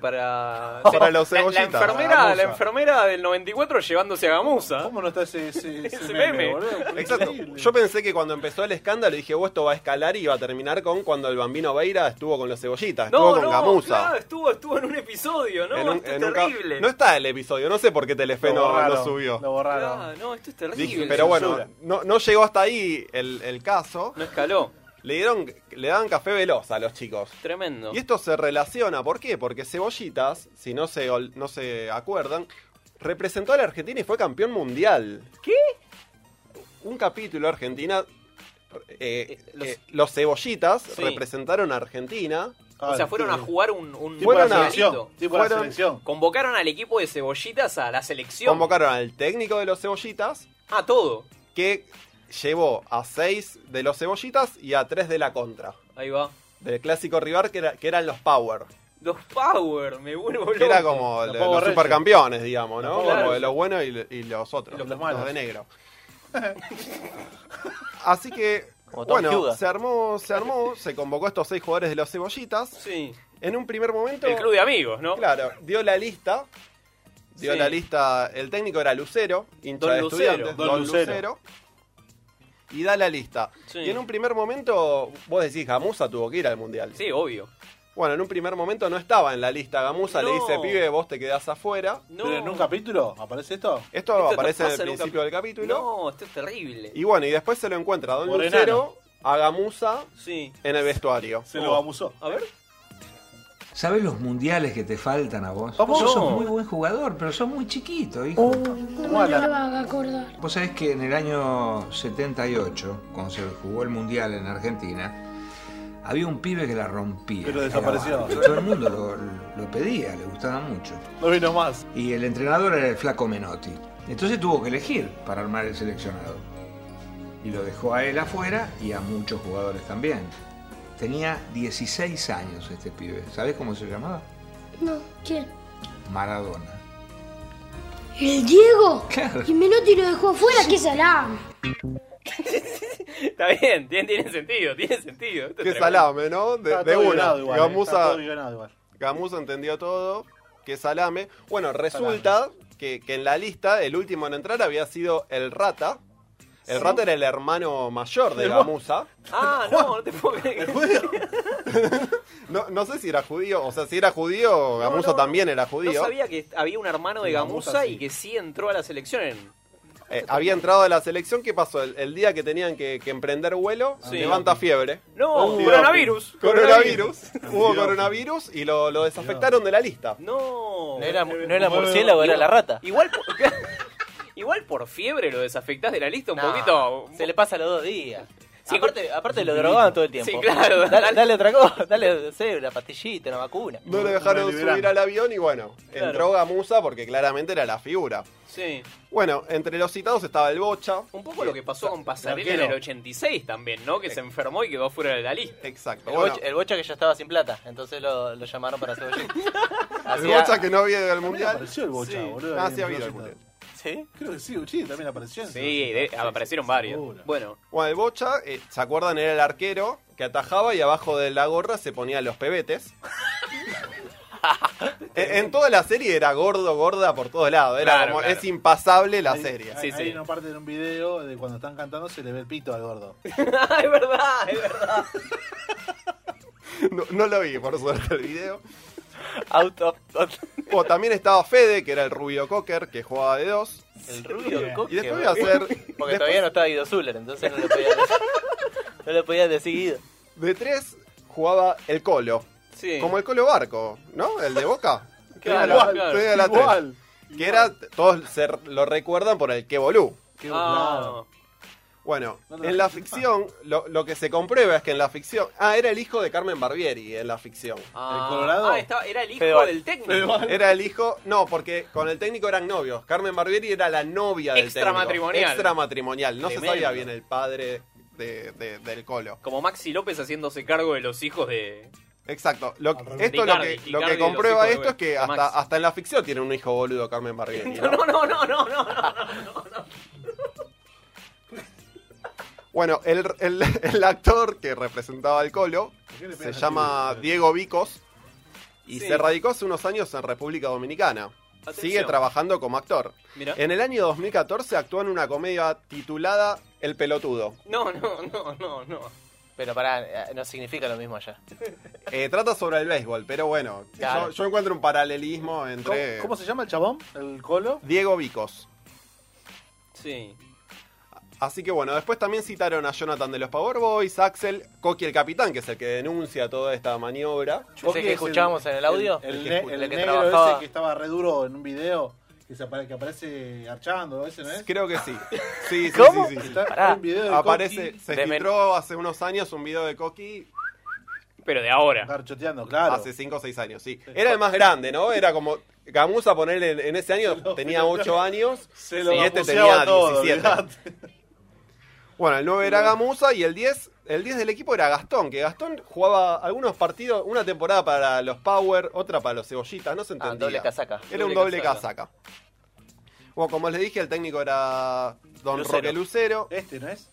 Speaker 13: <laughs>
Speaker 7: para...
Speaker 13: Para los
Speaker 7: La- La,
Speaker 13: cebollitas.
Speaker 7: enfermera,
Speaker 13: Para Gamusa.
Speaker 7: la enfermera del 94 llevándose a Gamusa. ¿Cómo
Speaker 13: no está <laughs> ese, ese,
Speaker 7: meme?
Speaker 13: Exacto. Yo pensé que cuando empezó el escándalo dije, vos esto va a escalar y va a terminar con cuando el bambino Veira estuvo con los cebollitas,
Speaker 7: No,
Speaker 13: estuvo con
Speaker 7: no,
Speaker 13: Gamusa.
Speaker 7: claro, estuvo, estuvo en un episodio, ¿no?
Speaker 13: En un-
Speaker 7: Esto es
Speaker 13: en un ca-
Speaker 7: terrible.
Speaker 13: no está el episodio, no sé por qué Telefe
Speaker 7: Lo
Speaker 13: no, no
Speaker 7: borraron,
Speaker 13: subió.
Speaker 7: lo borraron. Ah, no, esto es terrible.
Speaker 13: Dije, pero bueno,
Speaker 7: Censura.
Speaker 13: no, no llegó hasta ahí el, el caso. No
Speaker 7: escaló.
Speaker 13: Le dieron, le daban café veloz a los chicos.
Speaker 7: Tremendo.
Speaker 13: Y esto se relaciona, ¿por qué? Porque Cebollitas, si no se, ol- no se acuerdan, representó a la Argentina y fue campeón mundial.
Speaker 7: ¿Qué?
Speaker 13: Un capítulo Argentina. eh, los, los cebollitas
Speaker 7: Sí.
Speaker 13: representaron a Argentina.
Speaker 7: o
Speaker 13: Ah,
Speaker 7: sea, fueron a jugar un... un
Speaker 13: Tipo la
Speaker 7: un
Speaker 13: selección,
Speaker 7: partido.
Speaker 13: tipo la Fueron- selección.
Speaker 7: Convocaron al equipo de cebollitas a la selección.
Speaker 13: Convocaron al técnico de los cebollitas.
Speaker 7: A todo.
Speaker 13: Que llevó a seis de los cebollitas y a tres de la contra.
Speaker 7: Ahí va.
Speaker 13: Del clásico rival que, era- que eran los Power.
Speaker 7: Los Power, me vuelvo
Speaker 13: Que
Speaker 7: loco.
Speaker 13: era como el- los, supercampeones, digamos, ¿no?
Speaker 7: Power
Speaker 13: Como de
Speaker 7: Rangers.
Speaker 13: los buenos y, y los otros. los,
Speaker 7: malos.
Speaker 13: de
Speaker 7: <laughs>
Speaker 13: negro. Así que,
Speaker 7: Como Tom
Speaker 13: bueno,
Speaker 7: Hyuga.
Speaker 13: se armó, se armó, se convocó a estos seis jugadores de los cebollitas.
Speaker 7: Sí.
Speaker 13: En un primer momento.
Speaker 7: El club de amigos, ¿no?
Speaker 13: Claro, dio la lista. Dio
Speaker 7: Sí.
Speaker 13: la lista. El técnico era Lucero, hincha
Speaker 7: Don
Speaker 13: de
Speaker 7: Lucero.
Speaker 13: estudiantes.
Speaker 7: Don
Speaker 13: Don,
Speaker 7: Lucero.
Speaker 13: Lucero. Y da la lista.
Speaker 7: Sí.
Speaker 13: Y en un primer momento, vos decís, Gamusa tuvo que ir al mundial.
Speaker 7: Sí, obvio.
Speaker 13: Bueno, en un primer momento no estaba en la lista Gamusa, le
Speaker 7: No.
Speaker 13: dice, pibe, vos te quedás afuera.
Speaker 7: No. ¿Pero en un
Speaker 13: capítulo aparece esto? Esto,
Speaker 7: te
Speaker 13: aparece en el
Speaker 7: pasa un
Speaker 13: principio del
Speaker 7: cap-
Speaker 13: capítulo.
Speaker 7: No, esto es terrible.
Speaker 13: Y bueno, y después se lo encuentra Don
Speaker 7: Por
Speaker 13: Lucero a Gamusa
Speaker 7: Sí.
Speaker 13: en el vestuario.
Speaker 7: Oh. A ver.
Speaker 24: ¿Sabes los mundiales que te faltan a vos?
Speaker 25: ¿Cómo?
Speaker 24: Vos sos
Speaker 25: No.
Speaker 24: muy buen jugador, pero sos muy chiquito, hijo.
Speaker 25: No me lo haga acordar.
Speaker 24: Vos sabés que en el año 78, cuando se jugó el Mundial en Argentina, había un pibe que la rompía.
Speaker 8: Pero
Speaker 24: la
Speaker 8: desapareció.
Speaker 24: clavaba. Todo el mundo lo, lo pedía, le gustaba mucho.
Speaker 8: No vino más.
Speaker 24: Y el entrenador era el flaco Menotti. Entonces tuvo que elegir para armar el seleccionado. Y lo dejó a él afuera y a muchos jugadores también. Tenía 16 años este pibe. ¿Sabés cómo se llamaba?
Speaker 25: No, ¿quién?
Speaker 24: Maradona.
Speaker 25: ¿El Diego?
Speaker 24: Claro.
Speaker 25: Y Menotti lo dejó afuera, qué salame.
Speaker 7: Está bien, tiene, tiene sentido, tiene sentido. Esto es
Speaker 13: Qué
Speaker 7: tremendo.
Speaker 13: salame, ¿no? De,
Speaker 8: Está
Speaker 13: de
Speaker 8: todo
Speaker 13: una.
Speaker 8: guionado igual, eh, está
Speaker 13: Gamusa,
Speaker 8: todo guionado igual.
Speaker 13: Gamusa entendió todo. Qué salame. Bueno, resulta que, que en la lista el último en entrar había sido el Rata. El
Speaker 7: Sí.
Speaker 13: Rata era el hermano mayor de
Speaker 7: El
Speaker 13: Gamusa.
Speaker 7: Ah, no, no te puedo creer.
Speaker 13: No, no sé si era judío. O sea, si era judío, Gamusa también era
Speaker 7: No
Speaker 13: judío.
Speaker 7: sabía que había un hermano de
Speaker 13: Gamusa,
Speaker 7: Gamusa
Speaker 13: sí.
Speaker 7: y que sí entró a la selección.
Speaker 13: Eh, había entrado a la selección. ¿Qué pasó? El, el día que tenían que, que emprender vuelo,
Speaker 7: Sí.
Speaker 13: levanta fiebre.
Speaker 7: No,
Speaker 13: Antidoping.
Speaker 7: coronavirus.
Speaker 13: Coronavirus. Hubo
Speaker 7: Antidoping.
Speaker 13: coronavirus y lo, lo desafectaron de la lista.
Speaker 7: No.
Speaker 20: No era- no era murciélago, era la rata.
Speaker 7: Igual por, igual por <laughs> fiebre lo desafectás de la lista un
Speaker 20: No,
Speaker 7: poquito.
Speaker 20: Se le pasa los dos días.
Speaker 7: Sí,
Speaker 20: aparte, aparte lo
Speaker 7: Sí,
Speaker 20: drogaban todo el tiempo.
Speaker 7: claro.
Speaker 20: Dale, dale otra cosa, dale no sé, una pastillita, una vacuna.
Speaker 13: No lo dejaron subir al avión y bueno,
Speaker 20: Claro.
Speaker 13: entró Gamusa porque claramente era la figura.
Speaker 7: Sí.
Speaker 13: Bueno, entre los citados estaba el Bocha.
Speaker 7: Un poco lo que pasó con Pasarela en
Speaker 13: arquero.
Speaker 7: el 86 también, ¿no? Que se enfermó y quedó fuera de la lista.
Speaker 13: Exacto.
Speaker 20: El, bocha, el bocha que ya estaba sin plata, entonces lo, lo llamaron para
Speaker 7: <laughs>
Speaker 20: hacer
Speaker 13: El Bocha que no había ido al mundial.
Speaker 8: Apareció el Bocha,
Speaker 13: Sí.
Speaker 8: boludo.
Speaker 13: Ah,
Speaker 8: ahí
Speaker 13: sí
Speaker 8: en
Speaker 13: había ido al
Speaker 8: Floresta.
Speaker 13: mundial.
Speaker 20: ¿Sí?
Speaker 8: Creo que sí, Uchini también apareció. en
Speaker 7: Sí,
Speaker 8: Floresta.
Speaker 7: de- aparecieron varios. Bueno, <laughs>
Speaker 13: Bueno, el Bocha, eh, ¿se acuerdan? Era el arquero que atajaba y abajo de la gorra se ponía los
Speaker 7: <laughs>
Speaker 13: pebetes. en, en toda la serie era gordo, gorda por todos lados. Era
Speaker 7: Claro,
Speaker 13: como,
Speaker 7: claro.
Speaker 13: es impasable la
Speaker 8: Hay-
Speaker 13: serie.
Speaker 8: Hay, hay una parte de un video de cuando están cantando se le ve el pito al gordo.
Speaker 7: es verdad, es verdad.
Speaker 13: No, no lo vi, por suerte, el video. O también estaba Fede, que era el rubio cocker, que jugaba de dos.
Speaker 20: el rubio
Speaker 13: Bien.
Speaker 20: coque,
Speaker 13: Y después
Speaker 20: boludo.
Speaker 13: iba a ser-
Speaker 20: Porque
Speaker 13: después-
Speaker 20: todavía no estaba Guido Zuller, entonces no lo podía
Speaker 13: <laughs>
Speaker 20: decir. No lo podía decir Guido.
Speaker 13: De tres jugaba el colo.
Speaker 20: Sí.
Speaker 13: Como el colo barco, ¿no? El de Boca.
Speaker 7: Claro,
Speaker 13: Igual,
Speaker 7: claro.
Speaker 13: tenía la tres.
Speaker 7: Igual,
Speaker 13: Que era, todos se r- lo recuerdan por el que volú.
Speaker 7: Ah,
Speaker 13: Bueno,
Speaker 7: No te
Speaker 13: en la ficción, lo, lo que se comprueba es que en la ficción. Ah, era el hijo de Carmen Barbieri en la ficción.
Speaker 7: ah, ah, <laughs> estaba- era el hijo del técnico.
Speaker 13: Era el hijo. No, porque con el técnico eran novios. Carmen Barbieri era la novia del técnico.
Speaker 7: Extramatrimonial.
Speaker 13: Extramatrimonial. No se
Speaker 7: Tremendo.
Speaker 13: sabía bien el padre de- de- del colo.
Speaker 7: Como Maxi López haciéndose cargo de los
Speaker 20: <laughs>
Speaker 7: hijos de.
Speaker 13: Exacto. Lo- esto lo que,
Speaker 7: Icardi,
Speaker 13: lo que
Speaker 7: Icardi,
Speaker 13: comprueba
Speaker 7: los hijos
Speaker 13: esto
Speaker 7: de-
Speaker 13: es que
Speaker 7: de
Speaker 13: hasta,
Speaker 7: Maxi.
Speaker 13: hasta en la ficción tiene un hijo boludo Carmen Barbieri. ¿no?
Speaker 7: <laughs> No, no, no, no, no, no.
Speaker 13: Bueno, el, el- <laughs> el actor que representaba al colo
Speaker 8: qué le
Speaker 13: se
Speaker 8: pegas a
Speaker 13: llama Diego Vicos y
Speaker 8: Sí.
Speaker 13: se radicó hace unos años en República Dominicana.
Speaker 8: Atención.
Speaker 13: Sigue trabajando como actor.
Speaker 7: Mirá.
Speaker 13: En el año 2014 actuó en una comedia titulada El pelotudo.
Speaker 7: No, no, no, no, no.
Speaker 20: Pero pará, eh, no significa lo mismo allá.
Speaker 13: Eh, trata sobre el béisbol, pero bueno,
Speaker 20: Claro.
Speaker 13: yo, yo encuentro un paralelismo entre
Speaker 8: ¿Cómo, cómo se llama el chabón? ¿El colo?
Speaker 13: Diego Vicos.
Speaker 7: Sí.
Speaker 13: Así que bueno, después también citaron a Jonathan de los Power Boys, Axel, Coqui el capitán, que es el que denuncia toda esta maniobra.
Speaker 20: Ese que escuchábamos en el audio.
Speaker 8: El,
Speaker 13: El que
Speaker 8: ne-
Speaker 13: escu-
Speaker 8: el
Speaker 13: el que
Speaker 8: negro
Speaker 13: trabajaba.
Speaker 8: ese que estaba re duro en un video que, se apare- que aparece archando, ¿ese no es?
Speaker 13: Creo que sí. Sí, sí,
Speaker 8: ¿Cómo?
Speaker 13: sí, sí, sí.
Speaker 8: Está-
Speaker 13: Pará.
Speaker 8: un video de
Speaker 13: Aparece,
Speaker 8: Coqui.
Speaker 13: se
Speaker 8: Desmen-
Speaker 13: filtró hace unos años un video de Coqui.
Speaker 7: Pero de ahora.
Speaker 8: Garchoteando, claro.
Speaker 13: Hace 5 o 6 años, sí. Era el más grande, ¿no? Era como. Gamusa, ponerle en, en ese año, tenía 8 años.
Speaker 8: Se lo
Speaker 13: y este
Speaker 8: vapuseaba
Speaker 13: tenía
Speaker 8: todo,
Speaker 13: 17.
Speaker 8: olvidate.
Speaker 13: Bueno, el 9 era Gamusa y el 10. El 10 del equipo era Gastón, que Gastón jugaba algunos partidos, una temporada para los Power, otra para los Cebollitas, no se entendía.
Speaker 20: doble casaca.
Speaker 13: Era un
Speaker 20: Doble
Speaker 13: doble
Speaker 20: casaca.
Speaker 13: casaca. Bueno, como les dije, el técnico era Don
Speaker 7: Lucero.
Speaker 13: Roque Lucero.
Speaker 8: Este, ¿no es?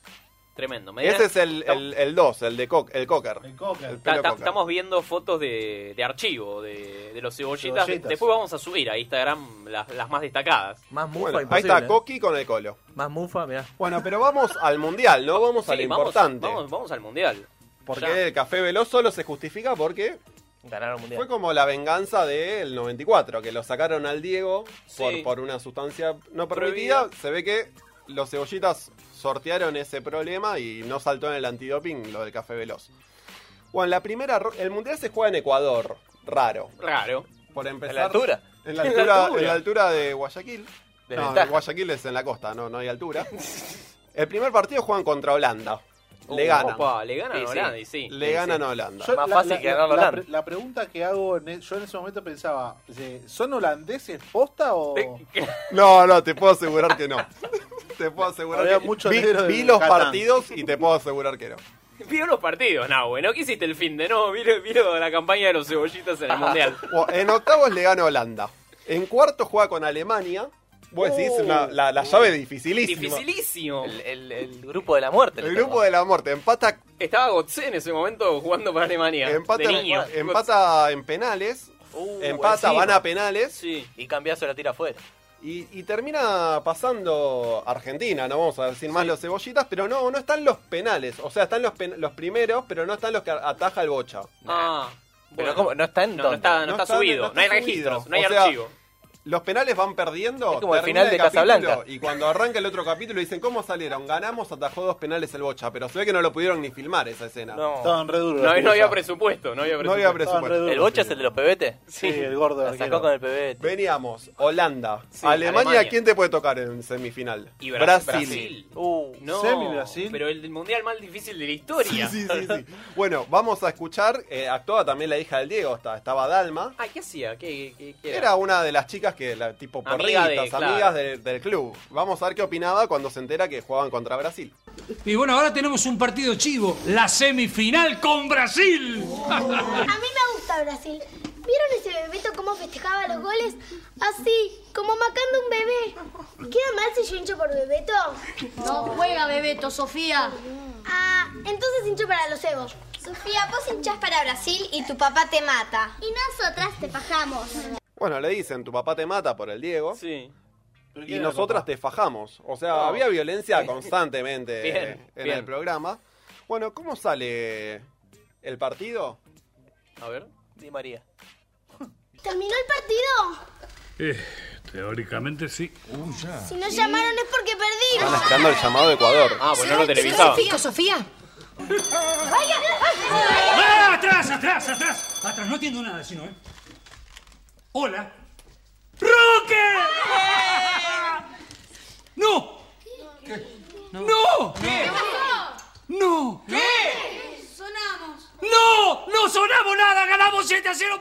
Speaker 7: Tremendo. Me
Speaker 13: Ese
Speaker 7: dirás-
Speaker 13: es el 2, el, el, dos, el de co el Cocker. El
Speaker 8: Cocker.
Speaker 7: Ta-
Speaker 13: pelo
Speaker 7: ta-
Speaker 13: Cocker.
Speaker 7: estamos viendo fotos de, de archivo de, de los cebollitas.
Speaker 13: Cebollitas.
Speaker 7: Después vamos a subir a Instagram las, las más destacadas.
Speaker 20: Más
Speaker 13: Bueno, ahí está Coqui con el colo.
Speaker 20: Más mufa, mirá.
Speaker 13: Bueno, pero vamos al mundial, ¿no? Vamos a lo
Speaker 7: Sí,
Speaker 13: importante.
Speaker 7: Vamos, vamos al mundial.
Speaker 13: porque
Speaker 7: ya.
Speaker 13: el Café Veloz solo se justifica porque
Speaker 20: Ganaron el
Speaker 13: fue
Speaker 20: mundial.
Speaker 13: como la venganza del 94, que lo sacaron al Diego
Speaker 20: Sí.
Speaker 13: por, por una sustancia no permitida. Se ve que los cebollitas sortearon ese problema y no saltó en el antidoping lo del Café Veloz. Bueno, la primera, ro- el mundial se juega en Ecuador. raro.
Speaker 7: Raro.
Speaker 13: Por empezar.
Speaker 7: ¿En la altura?
Speaker 13: En la
Speaker 7: <laughs> En
Speaker 13: altura,
Speaker 7: la altura.
Speaker 13: en la altura de Guayaquil.
Speaker 7: Desde
Speaker 13: no,
Speaker 7: Taja.
Speaker 13: Guayaquil es en la costa, no, no hay
Speaker 7: <laughs>
Speaker 13: altura. El primer partido juegan contra Holanda. Le
Speaker 7: Uh,
Speaker 13: ganan.
Speaker 7: opa, le ganan a Holanda, y sí.
Speaker 13: Le
Speaker 7: Sí,
Speaker 13: ganan
Speaker 7: sí.
Speaker 13: a Holanda.
Speaker 7: Yo- Más la- fácil que ganar
Speaker 8: la,
Speaker 7: Holanda.
Speaker 8: pre- la pregunta que hago, en e- yo en ese momento pensaba, eh, ¿son holandeses posta o...?
Speaker 13: No, no, te puedo asegurar que no. <laughs> Te puedo asegurar
Speaker 8: Había
Speaker 13: que
Speaker 8: mucho
Speaker 13: vi,
Speaker 8: negro de
Speaker 13: vi los
Speaker 8: Catán.
Speaker 13: partidos y te puedo asegurar que no.
Speaker 7: <laughs> Vio los partidos, no, bueno, ¿qué hiciste el fin de no? Viro, viro la campaña de los cebollitas en el mundial.
Speaker 13: Bueno, En octavos le gana Holanda. En cuarto juega con Alemania. Vos decís,
Speaker 7: Oh.
Speaker 13: una- la, la llave dificilísima.
Speaker 7: Dificilísimo.
Speaker 20: El, el- el grupo de la muerte.
Speaker 13: El grupo de la muerte empata,
Speaker 7: Estaba Gotze en ese momento jugando para Alemania.
Speaker 13: empata,
Speaker 7: de niño.
Speaker 13: empata en penales.
Speaker 20: Uh,
Speaker 13: empata,
Speaker 20: encima.
Speaker 13: van a penales.
Speaker 20: Y cambiazo la tira afuera.
Speaker 13: Y, y termina pasando Argentina, no vamos a decir más los cebollitas, pero no, no están los penales. O sea, están los, pen- los primeros, pero no están los que ataja el bocha.
Speaker 7: Ah,
Speaker 20: Pero ¿cómo? no está en
Speaker 7: no, no
Speaker 20: dónde?
Speaker 7: está, no, está subido, no, hay
Speaker 13: subido.
Speaker 7: registros, no hay
Speaker 13: O sea,
Speaker 7: archivo.
Speaker 13: Los penales van perdiendo.
Speaker 20: Es como el
Speaker 13: termina
Speaker 20: final de
Speaker 13: capítulo,
Speaker 20: Casablanca.
Speaker 13: Y cuando arranca el otro capítulo dicen, ¿cómo salieron? Ganamos, atajó dos penales el Bocha. Pero se ve que no lo pudieron ni filmar esa escena.
Speaker 20: No.
Speaker 8: Estaban re duros.
Speaker 7: No,
Speaker 8: los
Speaker 7: no había
Speaker 8: tuyos.
Speaker 7: presupuesto, no había
Speaker 13: No
Speaker 7: presupuesto.
Speaker 13: había presupuesto.
Speaker 20: ¿El Bocha es el de los pebetes?
Speaker 8: Sí, el gordo.
Speaker 20: La
Speaker 8: arquero.
Speaker 20: sacó con el pebete.
Speaker 13: Veníamos, Holanda,
Speaker 20: Sí,
Speaker 13: Alemania,
Speaker 20: Alemania.
Speaker 13: ¿quién te puede tocar en semifinal?
Speaker 7: Y Bra- Brasil.
Speaker 20: Uh,
Speaker 7: No,
Speaker 13: Semi Brasil.
Speaker 7: pero el mundial más difícil de la historia.
Speaker 13: <laughs> Sí, sí, sí. Bueno, vamos a escuchar, eh, actuaba también la hija del Diego, está- estaba Dalma.
Speaker 7: Ah, ¿qué hacía? ¿Qué, qué- qué
Speaker 13: Era una de las chicas que, la, tipo
Speaker 7: Amiga
Speaker 13: porristas,
Speaker 7: de- claro.
Speaker 13: amigas de- del club. Vamos a ver qué opinaba cuando se entera que jugaban contra Brasil.
Speaker 12: Y bueno, ahora tenemos un partido chivo, la semifinal con Brasil.
Speaker 25: A mí me gusta Brasil. ¿Vieron ese bebito cómo festejaba los goles? Así, como macando un bebé. ¿Queda mal si yo hincho por Bebeto?
Speaker 14: No juega Bebeto, Sofía.
Speaker 25: Ah, entonces hincho para los cebos. Sofía, vos hinchás para Brasil y tu papá te mata. Y nosotras te fajamos.
Speaker 13: Bueno, le dicen, tu papá te mata por el Diego.
Speaker 7: Sí.
Speaker 13: Y nosotras te fajamos. O sea, había violencia constantemente
Speaker 7: <laughs> Bien,
Speaker 13: eh, en
Speaker 7: bien.
Speaker 13: el programa. Bueno, ¿cómo sale el partido?
Speaker 7: A ver.
Speaker 20: Di María.
Speaker 25: ¿Terminó el partido?
Speaker 23: teóricamente sí.
Speaker 25: Si no llamaron es porque perdimos.
Speaker 13: Están esperando el llamado de Ecuador.
Speaker 7: Ah, bueno, no lo televisaban.
Speaker 14: Sofía, Sofía.
Speaker 12: ¡Ah, atrás, atrás, atrás! Atrás, no entiendo nada, sino, ¿eh? Hola. ¡Roque! ¡No! ¡No! ¡No! ¡No!
Speaker 14: ¿Qué? Sonamos.
Speaker 12: ¡No! ¡No sonamos nada! ¡Ganamos 7 a 0!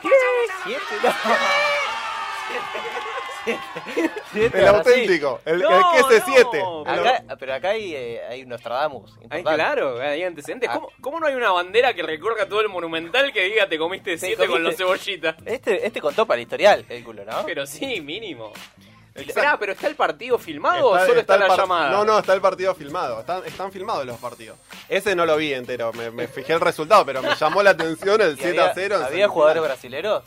Speaker 7: Este
Speaker 13: El auténtico, el, el que se siete.
Speaker 20: Acá, pero acá hay, eh, hay un Nostradamus.
Speaker 7: Ay,
Speaker 20: importante.
Speaker 7: claro, hay antecedentes. ¿Cómo,
Speaker 13: Ah.
Speaker 7: cómo no hay una bandera que recorra todo el monumental que diga te comiste siete con los
Speaker 20: comiste-
Speaker 7: cebollitas?
Speaker 20: Este, este contó para el historial, el culo, ¿no?
Speaker 7: Pero sí, mínimo. Esperá, ¿pero está el partido filmado o
Speaker 13: Está-
Speaker 7: solo está,
Speaker 13: el
Speaker 7: la
Speaker 13: par-
Speaker 7: llamada?
Speaker 13: No, no, está el partido filmado. Están, están filmados los partidos. Ese no lo vi entero. Me, me fijé el resultado, pero me llamó la atención el
Speaker 20: <laughs> Y
Speaker 13: 7
Speaker 20: había-
Speaker 13: a 0. en
Speaker 20: ¿Había jugadores
Speaker 13: semifinal.
Speaker 20: brasileros?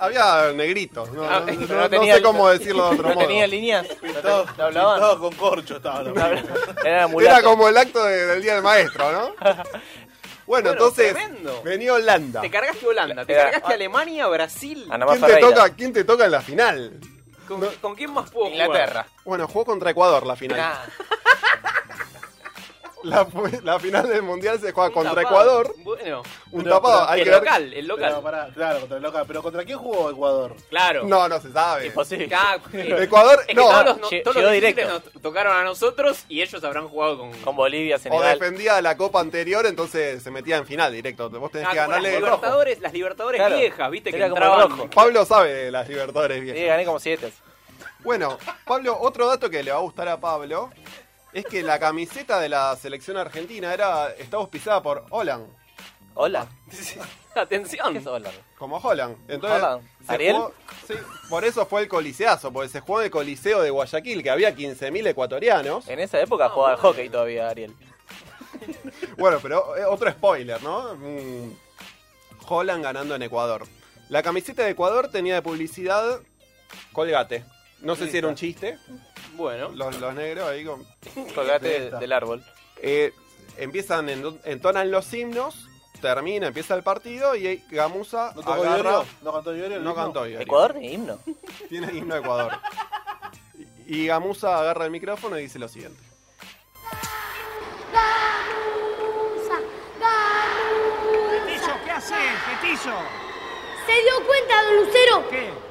Speaker 13: Había negritos. No,
Speaker 20: Ah,
Speaker 13: no-
Speaker 7: <laughs>
Speaker 20: pero
Speaker 13: no-
Speaker 20: no
Speaker 13: no
Speaker 20: tenía-
Speaker 13: sé cómo
Speaker 20: <laughs>
Speaker 13: decirlo de otro
Speaker 20: no
Speaker 13: modo.
Speaker 20: tenía líneas.
Speaker 8: Pintados-
Speaker 20: No te- no hablaban.
Speaker 8: pintados con corcho estaban. los pibes.
Speaker 20: <laughs> Era
Speaker 13: Era
Speaker 20: mulato.
Speaker 13: como el acto de- del día del maestro,
Speaker 20: <laughs>
Speaker 13: ¿no? Bueno, entonces
Speaker 7: tremendo.
Speaker 13: venía Holanda.
Speaker 7: Te cargaste Holanda, te
Speaker 13: Era-
Speaker 7: cargaste Alemania, Brasil.
Speaker 20: Ah,
Speaker 13: ¿Quién te, toca, quién te toca en la final?
Speaker 7: ¿Con, con quién más puedo
Speaker 13: Inglaterra. Bueno, jugó contra Ecuador la final.
Speaker 7: jugar?
Speaker 13: La, la final del mundial se juega Ah, contra
Speaker 7: tapado.
Speaker 13: Ecuador.
Speaker 7: Bueno.
Speaker 13: Un
Speaker 8: Pero-
Speaker 13: tapado,
Speaker 8: pero-
Speaker 13: hay
Speaker 8: el
Speaker 13: que ver-
Speaker 7: local, el local.
Speaker 8: Pero pará, claro, contra el local. Pero ¿contra quién jugó Ecuador?
Speaker 7: Claro.
Speaker 13: No, no se sabe.
Speaker 20: Pues
Speaker 7: Ah,
Speaker 20: <laughs>
Speaker 7: eh,
Speaker 13: Ecuador,
Speaker 7: es que
Speaker 13: no.
Speaker 7: Todos los, no-
Speaker 13: Lle-
Speaker 7: todos
Speaker 13: llegó
Speaker 7: los difíciles
Speaker 13: directo.
Speaker 7: nos tocaron a nosotros y ellos habrán jugado con, Ah,
Speaker 20: Bolivia,
Speaker 13: O defendía la copa anterior, entonces se metía en final directo. Vos tenés
Speaker 7: Ah,
Speaker 13: que
Speaker 7: como
Speaker 13: ganarle.
Speaker 7: las libertadores, las libertadores
Speaker 13: Claro.
Speaker 7: viejas, viste que
Speaker 13: Era como
Speaker 7: entraban.
Speaker 13: rojo. Pablo sabe de las libertadores viejas.
Speaker 20: Sí, gané como siete.
Speaker 13: Bueno, Pablo, otro dato que le va a gustar a Pablo es que la camiseta de la selección argentina era estaba auspiciada por Holland.
Speaker 20: Hola.
Speaker 7: <laughs> Atención.
Speaker 13: Como Holland. Entonces,
Speaker 20: Holland.
Speaker 13: se
Speaker 20: ¿Ariel?
Speaker 13: jugó- sí, por eso fue el coliseazo, porque se jugó en el coliseo de Guayaquil, que había 15.000 ecuatorianos.
Speaker 20: En esa
Speaker 7: Ah,
Speaker 20: época jugaba al hockey todavía, Ariel.
Speaker 13: Bueno, pero eh, otro spoiler, ¿no? Mm, Holland ganando en Ecuador. La camiseta de Ecuador tenía de publicidad Colgate. No sé si era un chiste.
Speaker 7: Bueno.
Speaker 13: Los, los negros ahí con...
Speaker 20: Colgate del árbol.
Speaker 13: Eh, empiezan, en- entonan los himnos, termina, empieza el partido y ahí Gamusa
Speaker 8: ¿No tocó
Speaker 13: agarra...
Speaker 8: Iorio? ¿No cantó Iorio? el
Speaker 13: No
Speaker 8: himno?
Speaker 13: cantó Iorio.
Speaker 20: ¿Ecuador tiene himno?
Speaker 13: Tiene himno de Ecuador. Y y Gamusa agarra el micrófono y dice lo siguiente.
Speaker 25: Gamusa, Gamusa.
Speaker 23: Petizo, ¿qué haces, Petizo?
Speaker 25: ¿Se dio cuenta, don Lucero?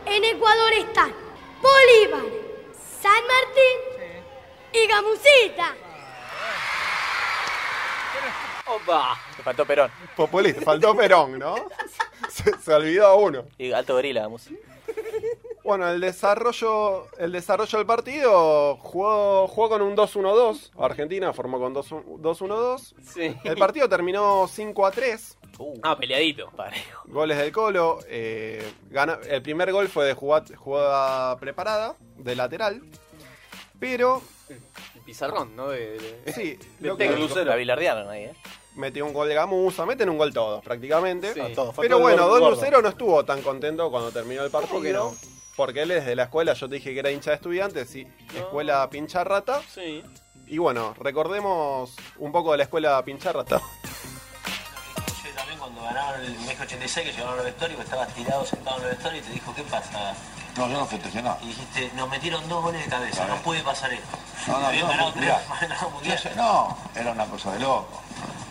Speaker 25: En Ecuador están Bolívar, San Martín y Gamusita.
Speaker 20: ¡Opa!
Speaker 13: Te faltó Perón. Populista, faltó Perón, ¿no? Se, se olvidó a uno.
Speaker 20: Y alto gorila, vamos.
Speaker 13: Bueno, el desarrollo, el desarrollo del partido jugó, jugó con un 2-1-2. Argentina formó con 2-1- 2-1-2.
Speaker 7: <laughs>
Speaker 13: El partido terminó 5 a 3.
Speaker 7: Ah, peleadito. Parejo.
Speaker 13: Goles del Colo. eh, gana- el primer gol fue de jugada, jugada preparada, de lateral. Pero
Speaker 7: Pizarrón, ¿no? De,
Speaker 13: Sí,
Speaker 20: lo que-
Speaker 13: Lucero.
Speaker 20: La bilardearon ahí, ¿eh?
Speaker 13: metió un gol de Gamusa, meten un gol todos prácticamente.
Speaker 20: Sí. A todos, fue
Speaker 13: Pero
Speaker 20: todo el
Speaker 13: bueno,
Speaker 20: gol
Speaker 13: Don
Speaker 20: gordo.
Speaker 13: Lucero no estuvo tan contento cuando terminó el partido.
Speaker 20: que no?
Speaker 13: Porque él desde la escuela, yo te dije que era hincha de estudiantes, y escuela pincha rata.
Speaker 20: Sí.
Speaker 13: Y bueno, recordemos un poco de la escuela pincha rata.
Speaker 5: Yo también cuando ganaron el México 86, que llegaron al vestuario, que estabas tirado sentado en el vestuario y te dijo, ¿qué pasa?
Speaker 4: No, yo no festejé nada.
Speaker 5: Y dijiste, nos metieron dos goles de cabeza,
Speaker 4: Claro.
Speaker 5: no puede pasar esto.
Speaker 4: No, no,
Speaker 5: Habían
Speaker 4: yo
Speaker 5: ganado
Speaker 4: no,
Speaker 5: tres,
Speaker 4: mirá.
Speaker 5: <laughs> ganado mundial.
Speaker 4: Yo sé- no, era una cosa de loco.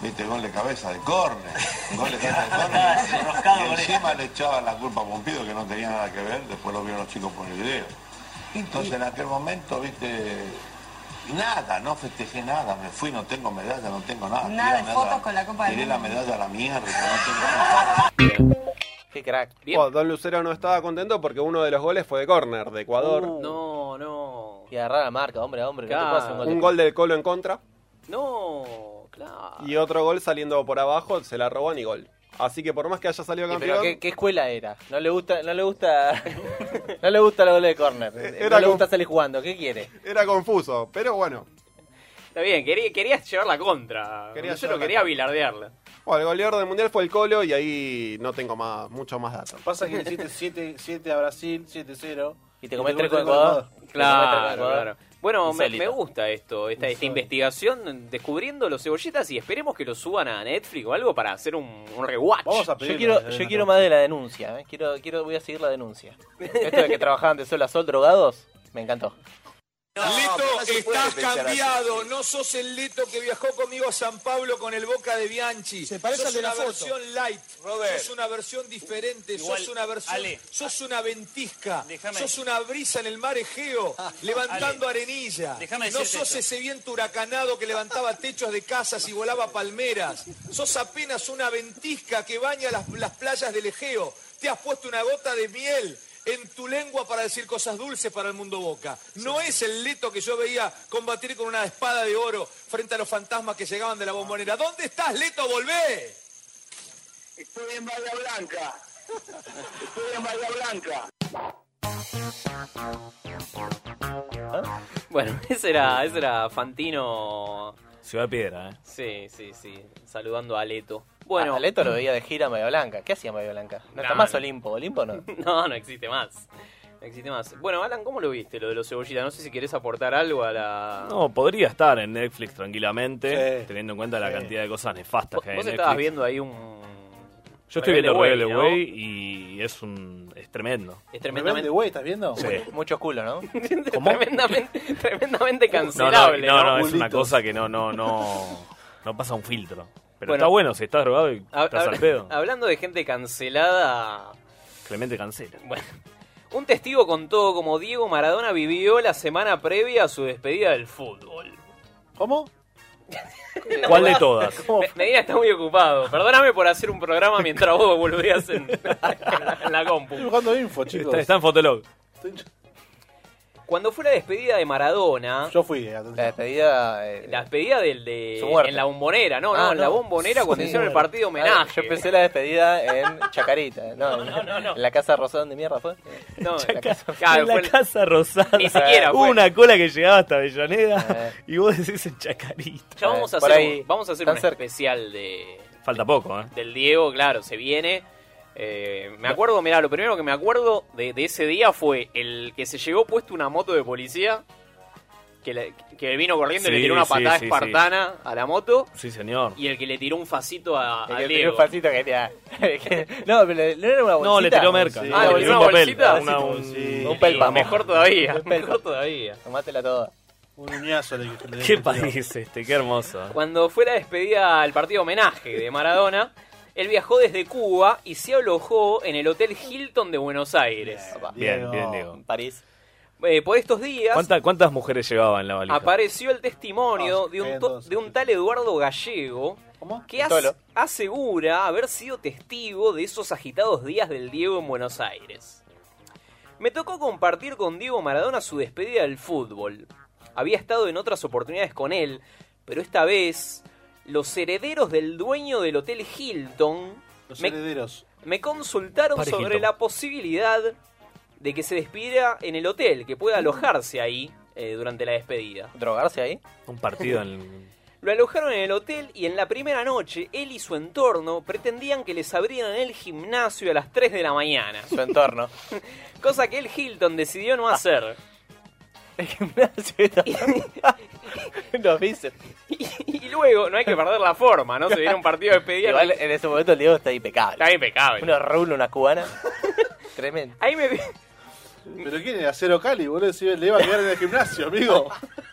Speaker 4: Viste, gol de cabeza de córner, gol de cabeza de córner. Y encima le echaban la culpa a Pompido que no tenía nada que ver, después lo vieron los chicos por el video. Entonces en aquel momento, viste, nada, no festejé nada, me fui, no tengo medalla, no tengo nada. Tiré
Speaker 15: Nada
Speaker 4: la
Speaker 15: de
Speaker 4: medalla-
Speaker 15: fotos con la Copa del
Speaker 4: Tiré la
Speaker 15: Mundo.
Speaker 4: medalla a la mierda, no tengo
Speaker 20: Qué crack.
Speaker 13: <laughs> Bueno, Oh, Don Lucero no estaba contento porque uno de los goles fue de córner, de Ecuador.
Speaker 20: Uh, No, no. Y agarrar la marca, hombre, hombre. No
Speaker 13: Claro.
Speaker 20: te puedo hacer un gol. de-
Speaker 13: Un gol del Colo en contra
Speaker 20: No, claro.
Speaker 13: y otro gol saliendo por abajo, se la roban y gol. Así que por más que haya salido
Speaker 20: Y Pero
Speaker 13: campeón,
Speaker 20: ¿qué, qué escuela era? No le gusta, no le gusta, <laughs> no le gusta los goles de córner.
Speaker 13: Era
Speaker 20: No le
Speaker 13: como-
Speaker 20: gusta salir jugando. ¿Qué quiere?
Speaker 13: era confuso. Pero bueno,
Speaker 7: Está bien, quería, querías llevar la contra.
Speaker 13: Quería
Speaker 7: Yo lo
Speaker 13: llevar la
Speaker 7: quería
Speaker 13: contra.
Speaker 7: bilardearla.
Speaker 13: Bueno, el goleador del mundial fue el Colo y ahí no tengo más, mucho más datos.
Speaker 8: Pasa que le hiciste 7 7 a Brasil, 7-0.
Speaker 20: Y
Speaker 7: te comés tres
Speaker 8: con
Speaker 7: con
Speaker 8: Ecuador.
Speaker 7: Claro, claro. Bueno, me,
Speaker 20: Insólito.
Speaker 7: me gusta esto, esta, esta investigación, descubriendo los cebollitas y esperemos que lo suban a Netflix o algo para hacer un, un rewatch.
Speaker 20: yo quiero, yo quiero más de la denuncia. ¿eh? Quiero, quiero, voy a seguir la denuncia. Esto de que trabajaban de sol a sol drogados, me encantó.
Speaker 26: Lito,
Speaker 20: se puede
Speaker 26: estás
Speaker 20: pensar así.
Speaker 26: cambiado. No sos el Lito que viajó conmigo a San Pablo con el Boca de Bianchi. Se
Speaker 4: parece
Speaker 26: sos
Speaker 4: al de
Speaker 26: una
Speaker 4: la foto.
Speaker 26: versión light.
Speaker 4: Robert.
Speaker 26: Sos una versión diferente.
Speaker 4: Igual,
Speaker 26: sos una versión.
Speaker 4: Ale.
Speaker 26: Sos una ventisca. Sos una brisa en el
Speaker 20: <laughs>
Speaker 26: mar Egeo levantando arenilla.
Speaker 4: Déjame
Speaker 26: no
Speaker 4: decirte
Speaker 26: sos
Speaker 4: esto.
Speaker 26: ese viento huracanado que levantaba techos de casas y volaba palmeras. Sos apenas una ventisca que baña las, las playas del Egeo. Te has puesto una gota de miel en tu lengua para decir cosas dulces para el mundo boca. No es el leto que yo veía combatir con una espada de oro frente a los fantasmas que llegaban de la bombonera. ¿Dónde estás, Leto? ¡Volvé!
Speaker 4: Estoy en Bahía Blanca. Estoy en Bahía Blanca.
Speaker 7: Bueno, <laughs> ese era, ese era Fantino.
Speaker 9: Ciudad de Piedra, ¿eh?
Speaker 7: Sí, sí, sí. Saludando a Aleto. Bueno, mm.
Speaker 20: Ah, Aleto lo veía de gira a Bahía Blanca. ¿Qué hacía en Bahía Blanca? No está
Speaker 7: No,
Speaker 20: más
Speaker 7: no.
Speaker 20: Olimpo. Olimpo no.
Speaker 7: <laughs> No, no existe más. No existe más. Bueno, Alan, ¿cómo lo viste lo de los cebollitas? No sé si querés aportar algo a la.
Speaker 9: No, podría estar en Netflix tranquilamente,
Speaker 7: Sí.
Speaker 9: teniendo en cuenta la
Speaker 7: Sí.
Speaker 9: cantidad de cosas nefastas que hay en
Speaker 7: Vos
Speaker 9: Netflix.
Speaker 7: estabas viendo ahí un.
Speaker 9: Yo estoy
Speaker 7: Rebelde
Speaker 9: viendo
Speaker 7: Way,
Speaker 9: Rebelde
Speaker 7: ¿no?
Speaker 9: Way y es un es tremendo.
Speaker 7: Es
Speaker 20: tremendamente-
Speaker 7: Rebelde
Speaker 20: Güey, ¿estás viendo?
Speaker 9: Sí.
Speaker 20: Muchos culos,
Speaker 7: <laughs>
Speaker 20: ¿no?
Speaker 7: Tremendamente, <laughs> tremendamente
Speaker 9: No, no,
Speaker 7: cancelable.
Speaker 9: no, no, es una cosa que no no no no pasa un filtro. Pero
Speaker 7: Bueno.
Speaker 9: está bueno si estás drogado y
Speaker 7: Hab-
Speaker 9: estás
Speaker 7: hab-
Speaker 9: al pedo.
Speaker 7: <laughs> Hablando de gente cancelada.
Speaker 9: Clemente cancela.
Speaker 7: Bueno. Un testigo contó cómo Diego Maradona vivió la semana previa a su despedida del fútbol.
Speaker 8: ¿Cómo?
Speaker 9: ¿Cuál de todas?
Speaker 7: Me- Medina está muy ocupado. Perdóname por hacer un programa mientras vos
Speaker 20: <laughs>
Speaker 7: volvías en, en la compu.
Speaker 8: Estoy buscando info, chicos.
Speaker 9: Está, está en Fotolog.
Speaker 7: Cuando fue la despedida de Maradona.
Speaker 8: Yo fui. eh,
Speaker 20: Eh,
Speaker 8: La
Speaker 20: despedida. eh,
Speaker 7: la despedida del de.
Speaker 20: su muerte.
Speaker 7: En la bombonera, no,
Speaker 20: Ah,
Speaker 7: no, en la bombonera cuando
Speaker 20: Sí.
Speaker 7: hicieron el partido
Speaker 20: Ah,
Speaker 7: homenaje.
Speaker 20: Yo pensé la despedida en Chacarita. eh, No, no, no. En la casa Rosón de mierda fue.
Speaker 7: No,
Speaker 20: en la casa.
Speaker 7: Claro,
Speaker 9: en la
Speaker 7: fue el-
Speaker 9: Casa Rosada.
Speaker 7: Ni siquiera
Speaker 9: Hubo
Speaker 7: fue. Eh.
Speaker 9: una cola que llegaba hasta
Speaker 8: Eh,
Speaker 9: Avellaneda y vos decís en Chacarita.
Speaker 7: Ya
Speaker 20: Eh,
Speaker 7: vamos a hacer, un- vamos a hacer un especial de,
Speaker 9: Falta poco, ¿eh?
Speaker 7: del Diego, claro, se viene. Eh, me acuerdo, mirá, lo primero que me acuerdo de, de ese día fue el que se llegó puesto una moto de policía, que le, que vino corriendo y le
Speaker 9: Sí,
Speaker 7: tiró una
Speaker 9: sí,
Speaker 7: patada
Speaker 9: sí, sí.
Speaker 7: espartana a la moto,
Speaker 9: Sí, señor.
Speaker 7: y el que le tiró un facito a,
Speaker 20: El
Speaker 7: a
Speaker 20: que
Speaker 7: Diego.
Speaker 20: tiró un facito que tenía- <laughs> que- No, pero le- no era una bolsita.
Speaker 9: No, le tiró merca.
Speaker 20: Sí.
Speaker 9: Ah, le tiró
Speaker 7: una
Speaker 9: un papel.
Speaker 7: bolsita.
Speaker 9: Una- un-
Speaker 20: Un pelpa.
Speaker 7: Mejor todavía,
Speaker 20: Un pelpa.
Speaker 7: mejor todavía.
Speaker 20: Tomátela toda.
Speaker 8: Un uñazo le
Speaker 9: Qué país este, qué hermoso.
Speaker 7: Cuando fue la despedida al partido homenaje de Maradona, Él viajó desde Cuba y se alojó en el Hotel Hilton de Buenos Aires.
Speaker 9: Bien, bien, Diego.
Speaker 7: París. por estos días
Speaker 9: ¿Cuánta- Ah, ¿Cuántas mujeres llevaban la valija?
Speaker 7: apareció el testimonio de, un to- de un tal Eduardo Gallego que as-
Speaker 9: Tolo.
Speaker 7: asegura haber sido testigo de esos agitados días del Diego en Buenos Aires. Me tocó compartir con Diego Maradona su despedida del fútbol. Había estado en otras oportunidades con él, pero esta vez los herederos del dueño del Hotel Hilton
Speaker 8: Los
Speaker 7: me,
Speaker 8: herederos.
Speaker 7: me consultaron
Speaker 8: Padre
Speaker 7: sobre
Speaker 8: Hilton.
Speaker 7: la posibilidad de que se despidiera en el hotel, que pueda alojarse ahí eh, durante la despedida.
Speaker 20: ¿Drogarse
Speaker 7: <laughs>
Speaker 20: ahí?
Speaker 9: Un partido en...
Speaker 7: Lo alojaron en el hotel y en la primera noche él y su entorno pretendían que les abrieran el gimnasio a las 3 de la mañana.
Speaker 20: Su entorno.
Speaker 7: <laughs> Cosa que el Hilton decidió
Speaker 20: <laughs>
Speaker 7: no hacer.
Speaker 20: Nos dice.
Speaker 7: <laughs> Y luego, no hay que perder la forma, ¿no? Se viene un partido de despedida.
Speaker 20: Igual en ese momento el Diego está impecable. Está
Speaker 7: impecable.
Speaker 20: Una rula, una
Speaker 7: <laughs>
Speaker 20: cubana. Tremendo.
Speaker 7: Ahí me
Speaker 8: ¿Pero quién era? Cero Cali, boludo. Si le iba a quedar en el gimnasio, amigo.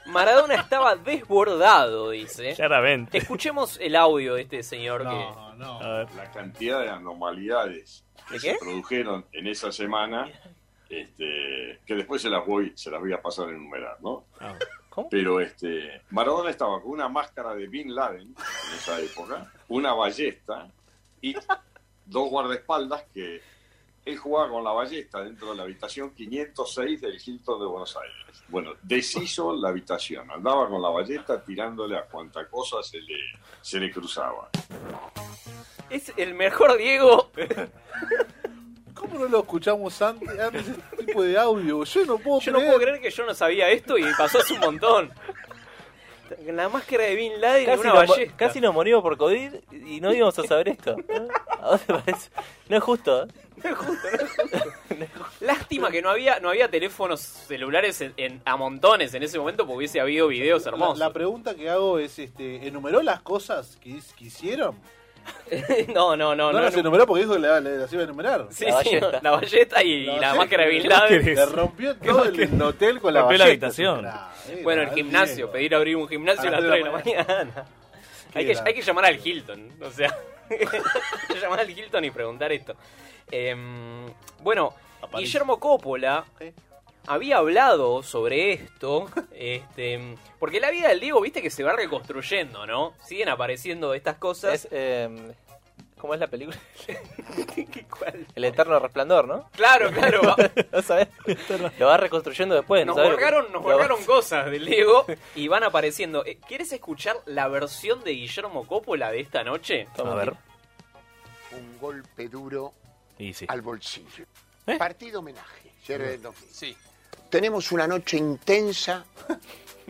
Speaker 7: Maradona estaba desbordado, dice.
Speaker 9: Claramente.
Speaker 7: Escuchemos el audio de este señor que...
Speaker 18: La cantidad de anormalidades que se produjeron en esa semana, este, que después se las voy, se las voy a pasar a enumerar, ¿no?
Speaker 7: Ah.
Speaker 18: Pero este, Maradona estaba con una máscara de Bin Laden en esa época, una ballesta y dos guardaespaldas que él jugaba con la ballesta dentro de la habitación 506 del Hilton de Buenos Aires. Bueno, deshizo la habitación, andaba con la ballesta tirándole a cuanta cosa se le, se le cruzaba.
Speaker 7: Es el mejor Diego.
Speaker 8: ¿Cómo no lo escuchamos antes, antes este tipo de audio? Yo no puedo
Speaker 7: Yo no puedo creer que yo no sabía esto y pasó hace un montón. La máscara de Bin Laden y
Speaker 20: Casi,
Speaker 7: una
Speaker 20: nos, mo-
Speaker 7: ballesta.
Speaker 20: casi nos morimos por COVID y no íbamos a saber esto. ¿A vos te parece? No es justo. ¿eh?
Speaker 7: Lástima que no había, no había teléfonos celulares en- en- a montones en ese momento porque hubiese habido videos
Speaker 8: La,
Speaker 7: hermosos. <laughs>
Speaker 8: la pregunta que hago es, este, ¿enumeró las cosas que, his- que hicieron?
Speaker 7: No, no, no.
Speaker 8: No,
Speaker 7: no,
Speaker 8: las
Speaker 7: no.
Speaker 8: enumeró porque dijo que la- la- las iba a
Speaker 7: <laughs>
Speaker 8: enumerar.
Speaker 7: Sí, sí, no, la ballesta y la, máscara de Bin Laden.
Speaker 8: Le
Speaker 7: <laughs>
Speaker 8: rompió todo el hotel con la
Speaker 7: Rompió
Speaker 8: ballesta. Ah,
Speaker 7: la habitación. Bueno, el gimnasio, pedir abrir un gimnasio a las 3 de la mañana. Hay que, hay que llamar al Hilton, o sea. <laughs> hay que llamar al Hilton y preguntar esto. Em, bueno, Guillermo Coppola había hablado sobre esto, este, porque la vida del Diego, viste que se va reconstruyendo, ¿no? Siguen apareciendo estas cosas.
Speaker 8: eh.
Speaker 20: ¿Cómo es la película? El eterno resplandor, ¿no?
Speaker 7: Claro, claro.
Speaker 20: <laughs> ¿No sabés? Lo vas reconstruyendo después. ¿no
Speaker 7: Nos
Speaker 20: sabés?
Speaker 7: borraron, nos
Speaker 20: Lo vas- <laughs>
Speaker 7: borraron cosas del Diego y van apareciendo. Eh, ¿Quieres escuchar la versión de Guillermo Coppola de esta noche?
Speaker 3: A ver.
Speaker 15: un golpe duro al bolsillo. Partido homenaje, cierre del 2000. Tenemos una noche intensa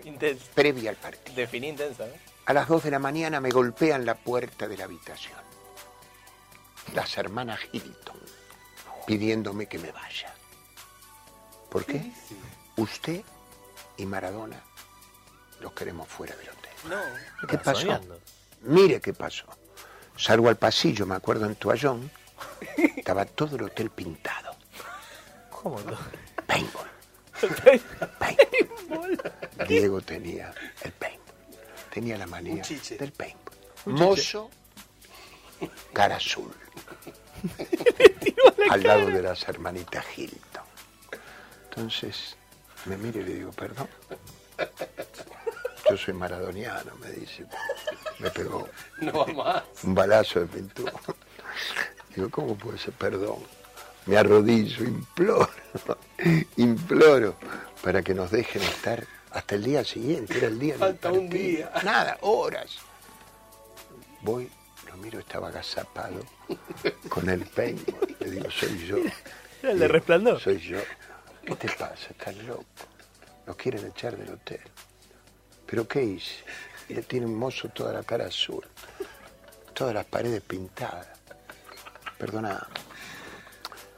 Speaker 20: Intensa.
Speaker 15: previa al partido.
Speaker 20: Definí intensa, ¿eh?
Speaker 15: A las 2 de la mañana me golpean la puerta de la habitación. Las hermanas Hilton, pidiéndome que me vaya. ¿Por qué? Usted y Maradona los queremos fuera del hotel.
Speaker 20: No.
Speaker 15: ¿Qué pasó?
Speaker 20: soñando.
Speaker 15: Mire qué pasó. Salgo al pasillo, me acuerdo
Speaker 8: <laughs>
Speaker 15: en toallón, estaba todo el hotel pintado.
Speaker 20: ¿Cómo no?
Speaker 15: Diego tenía el paintball. Tenía la manía del paintball. Un Mozo,
Speaker 7: <laughs>
Speaker 15: cara azul. al lado de las hermanitas Hilton. Entonces me mira y le digo, perdón. Yo soy maradoniano, me dice. Me pegó
Speaker 16: No va más.
Speaker 15: un balazo de pintura. Digo, ¿cómo puede ser? Perdón. Me arrodillo, imploro, <laughs> imploro para que nos dejen estar hasta el día siguiente. Era el día del
Speaker 16: Falta un
Speaker 15: partido.
Speaker 16: día.
Speaker 15: Nada, horas. Voy, lo miro, estaba agazapado con el peino. Le digo, soy yo.
Speaker 20: Era el
Speaker 15: Digo,
Speaker 20: de resplandor.
Speaker 15: Soy yo. ¿Qué te pasa? Estás loco. Nos quieren echar del hotel. ¿Pero qué hice? Ya tiene un mozo toda la cara azul. Todas las paredes pintadas. Perdona.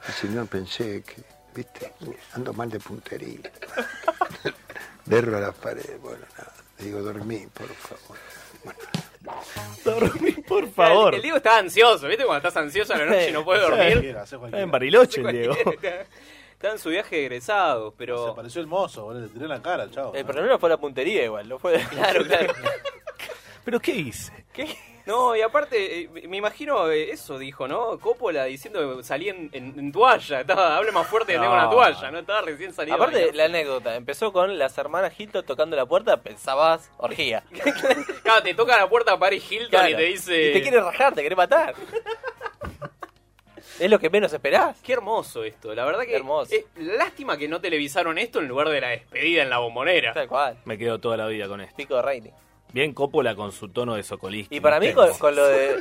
Speaker 15: El señor pensé que, viste, ando mal de puntería. <laughs> Derro a las paredes. Bueno, nada. Le digo, dormí, por favor.
Speaker 9: <laughs>
Speaker 20: Dormí, por
Speaker 7: El, el Diego está ansioso, ¿viste? Cuando estás ansioso a la noche y no puedes
Speaker 20: Sí.
Speaker 7: dormir.
Speaker 8: Hace
Speaker 20: Está en Bariloche el Diego.
Speaker 7: <laughs> Está en su viaje de egresado, pero. Se
Speaker 8: pareció hermoso, boludo. Le tiró en la cara, chavo.
Speaker 20: El problema fue la puntería igual, no fue...
Speaker 7: Claro, claro.
Speaker 9: ¿Pero qué hice?
Speaker 7: No, y aparte, eh, me imagino eh, eso dijo, ¿no? Coppola diciendo que salí en, en- en toalla. Estaba, hable más fuerte que tengo una
Speaker 20: No.
Speaker 7: toalla, ¿no? Estaba recién salido. de
Speaker 20: Aparte,
Speaker 7: bañar.
Speaker 20: la anécdota empezó con las hermanas Hilton tocando la puerta, pensabas orgía.
Speaker 7: <laughs> Claro, te toca la puerta a Paris Hilton y
Speaker 20: Claro.
Speaker 7: te dice.
Speaker 20: Y te quiere rajar, te quiere matar. es lo que menos esperás.
Speaker 7: Qué hermoso esto, la verdad que.
Speaker 20: hermoso.
Speaker 7: eh, lástima que no televisaron esto en lugar de la despedida en la bombonera.
Speaker 20: Tal cual.
Speaker 9: Me quedo toda la vida con esto.
Speaker 20: Pico de rating.
Speaker 9: Bien Coppola con su tono de socolista.
Speaker 20: Y para mí, con, con lo de.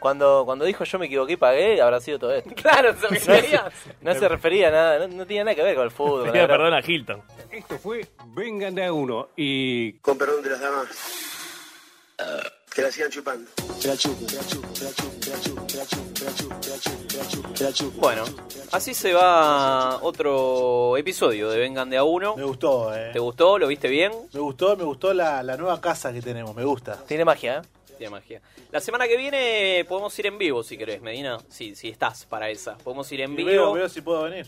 Speaker 20: Cuando, cuando dijo yo me equivoqué y pagué, habrá sido todo esto.
Speaker 7: <laughs> Claro, se
Speaker 20: refería. No, se refería a nada, no, no tenía nada que ver con el fútbol.
Speaker 9: Pedía
Speaker 20: con la-
Speaker 9: perdón a Hilton.
Speaker 10: Esto fue Vengan de a uno y. Con perdón de las damas. Ah, Que la sigan chupando.
Speaker 7: Bueno, así se va otro episodio de Vengan de a uno. Me
Speaker 8: gustó, eh.
Speaker 7: ¿Te gustó? ¿Lo viste bien?
Speaker 8: Me gustó, me gustó la, la nueva casa que tenemos, me gusta.
Speaker 20: Tiene magia, ¿eh?
Speaker 7: Tiene magia. La semana que viene podemos ir en vivo si querés, Medina. Si si estás para esa. Podemos ir en
Speaker 8: Y
Speaker 7: vivo.
Speaker 8: Veo, veo si puedo venir.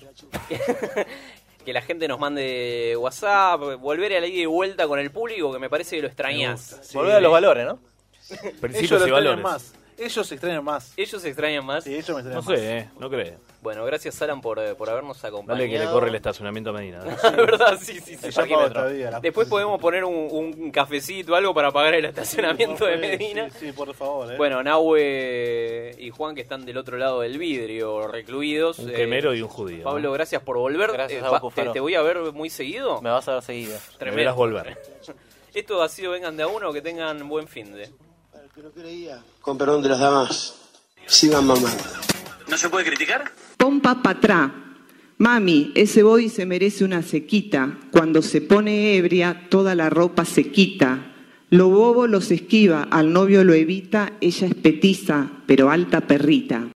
Speaker 7: Que la gente nos mande WhatsApp. Volver a la ida y vuelta con el público, que me parece que lo extrañas.
Speaker 20: Volver a los valores, ¿no?
Speaker 8: ellos lo extrañan más. Ellos extrañan más.
Speaker 7: ¿Ellos se extrañan más?
Speaker 8: Sí, ellos me extrañan
Speaker 9: No sé, eh, no creo.
Speaker 7: Bueno, gracias Alan por, eh, por habernos acompañado.
Speaker 9: Dale que le corre el estacionamiento a Medina.
Speaker 7: <laughs> La verdad, sí, sí,
Speaker 9: ya
Speaker 7: sí. ¿para qué
Speaker 9: pago
Speaker 7: me trajo?
Speaker 9: todavía, la
Speaker 7: Después podemos poner un, un cafecito o algo para pagar el estacionamiento de Medina.
Speaker 8: Sí, sí, por favor. eh.
Speaker 7: Bueno, Nahue y Juan que están del otro lado del vidrio, recluidos. eh,
Speaker 9: Un quemero y un judío,
Speaker 7: Pablo,
Speaker 9: ¿no?
Speaker 7: gracias por volver.
Speaker 20: Gracias
Speaker 7: Eh,
Speaker 20: a
Speaker 7: va-
Speaker 20: vos,
Speaker 7: te,
Speaker 20: Cufaro.
Speaker 7: te voy a ver muy seguido.
Speaker 20: Me vas a ver seguido.
Speaker 7: Tremendo.
Speaker 9: Deberás volver.
Speaker 7: Esto ha sido Vengan de a uno, que tengan buen fin de.
Speaker 10: Con perdón de las damas. Sigan mamá.
Speaker 9: ¿No se puede criticar?
Speaker 3: Pompa para atrás. Mami, ese body se merece una sequita. Cuando se pone ebria, toda la ropa se quita. Lo bobo los esquiva, al novio lo evita, ella es petiza, pero alta perrita.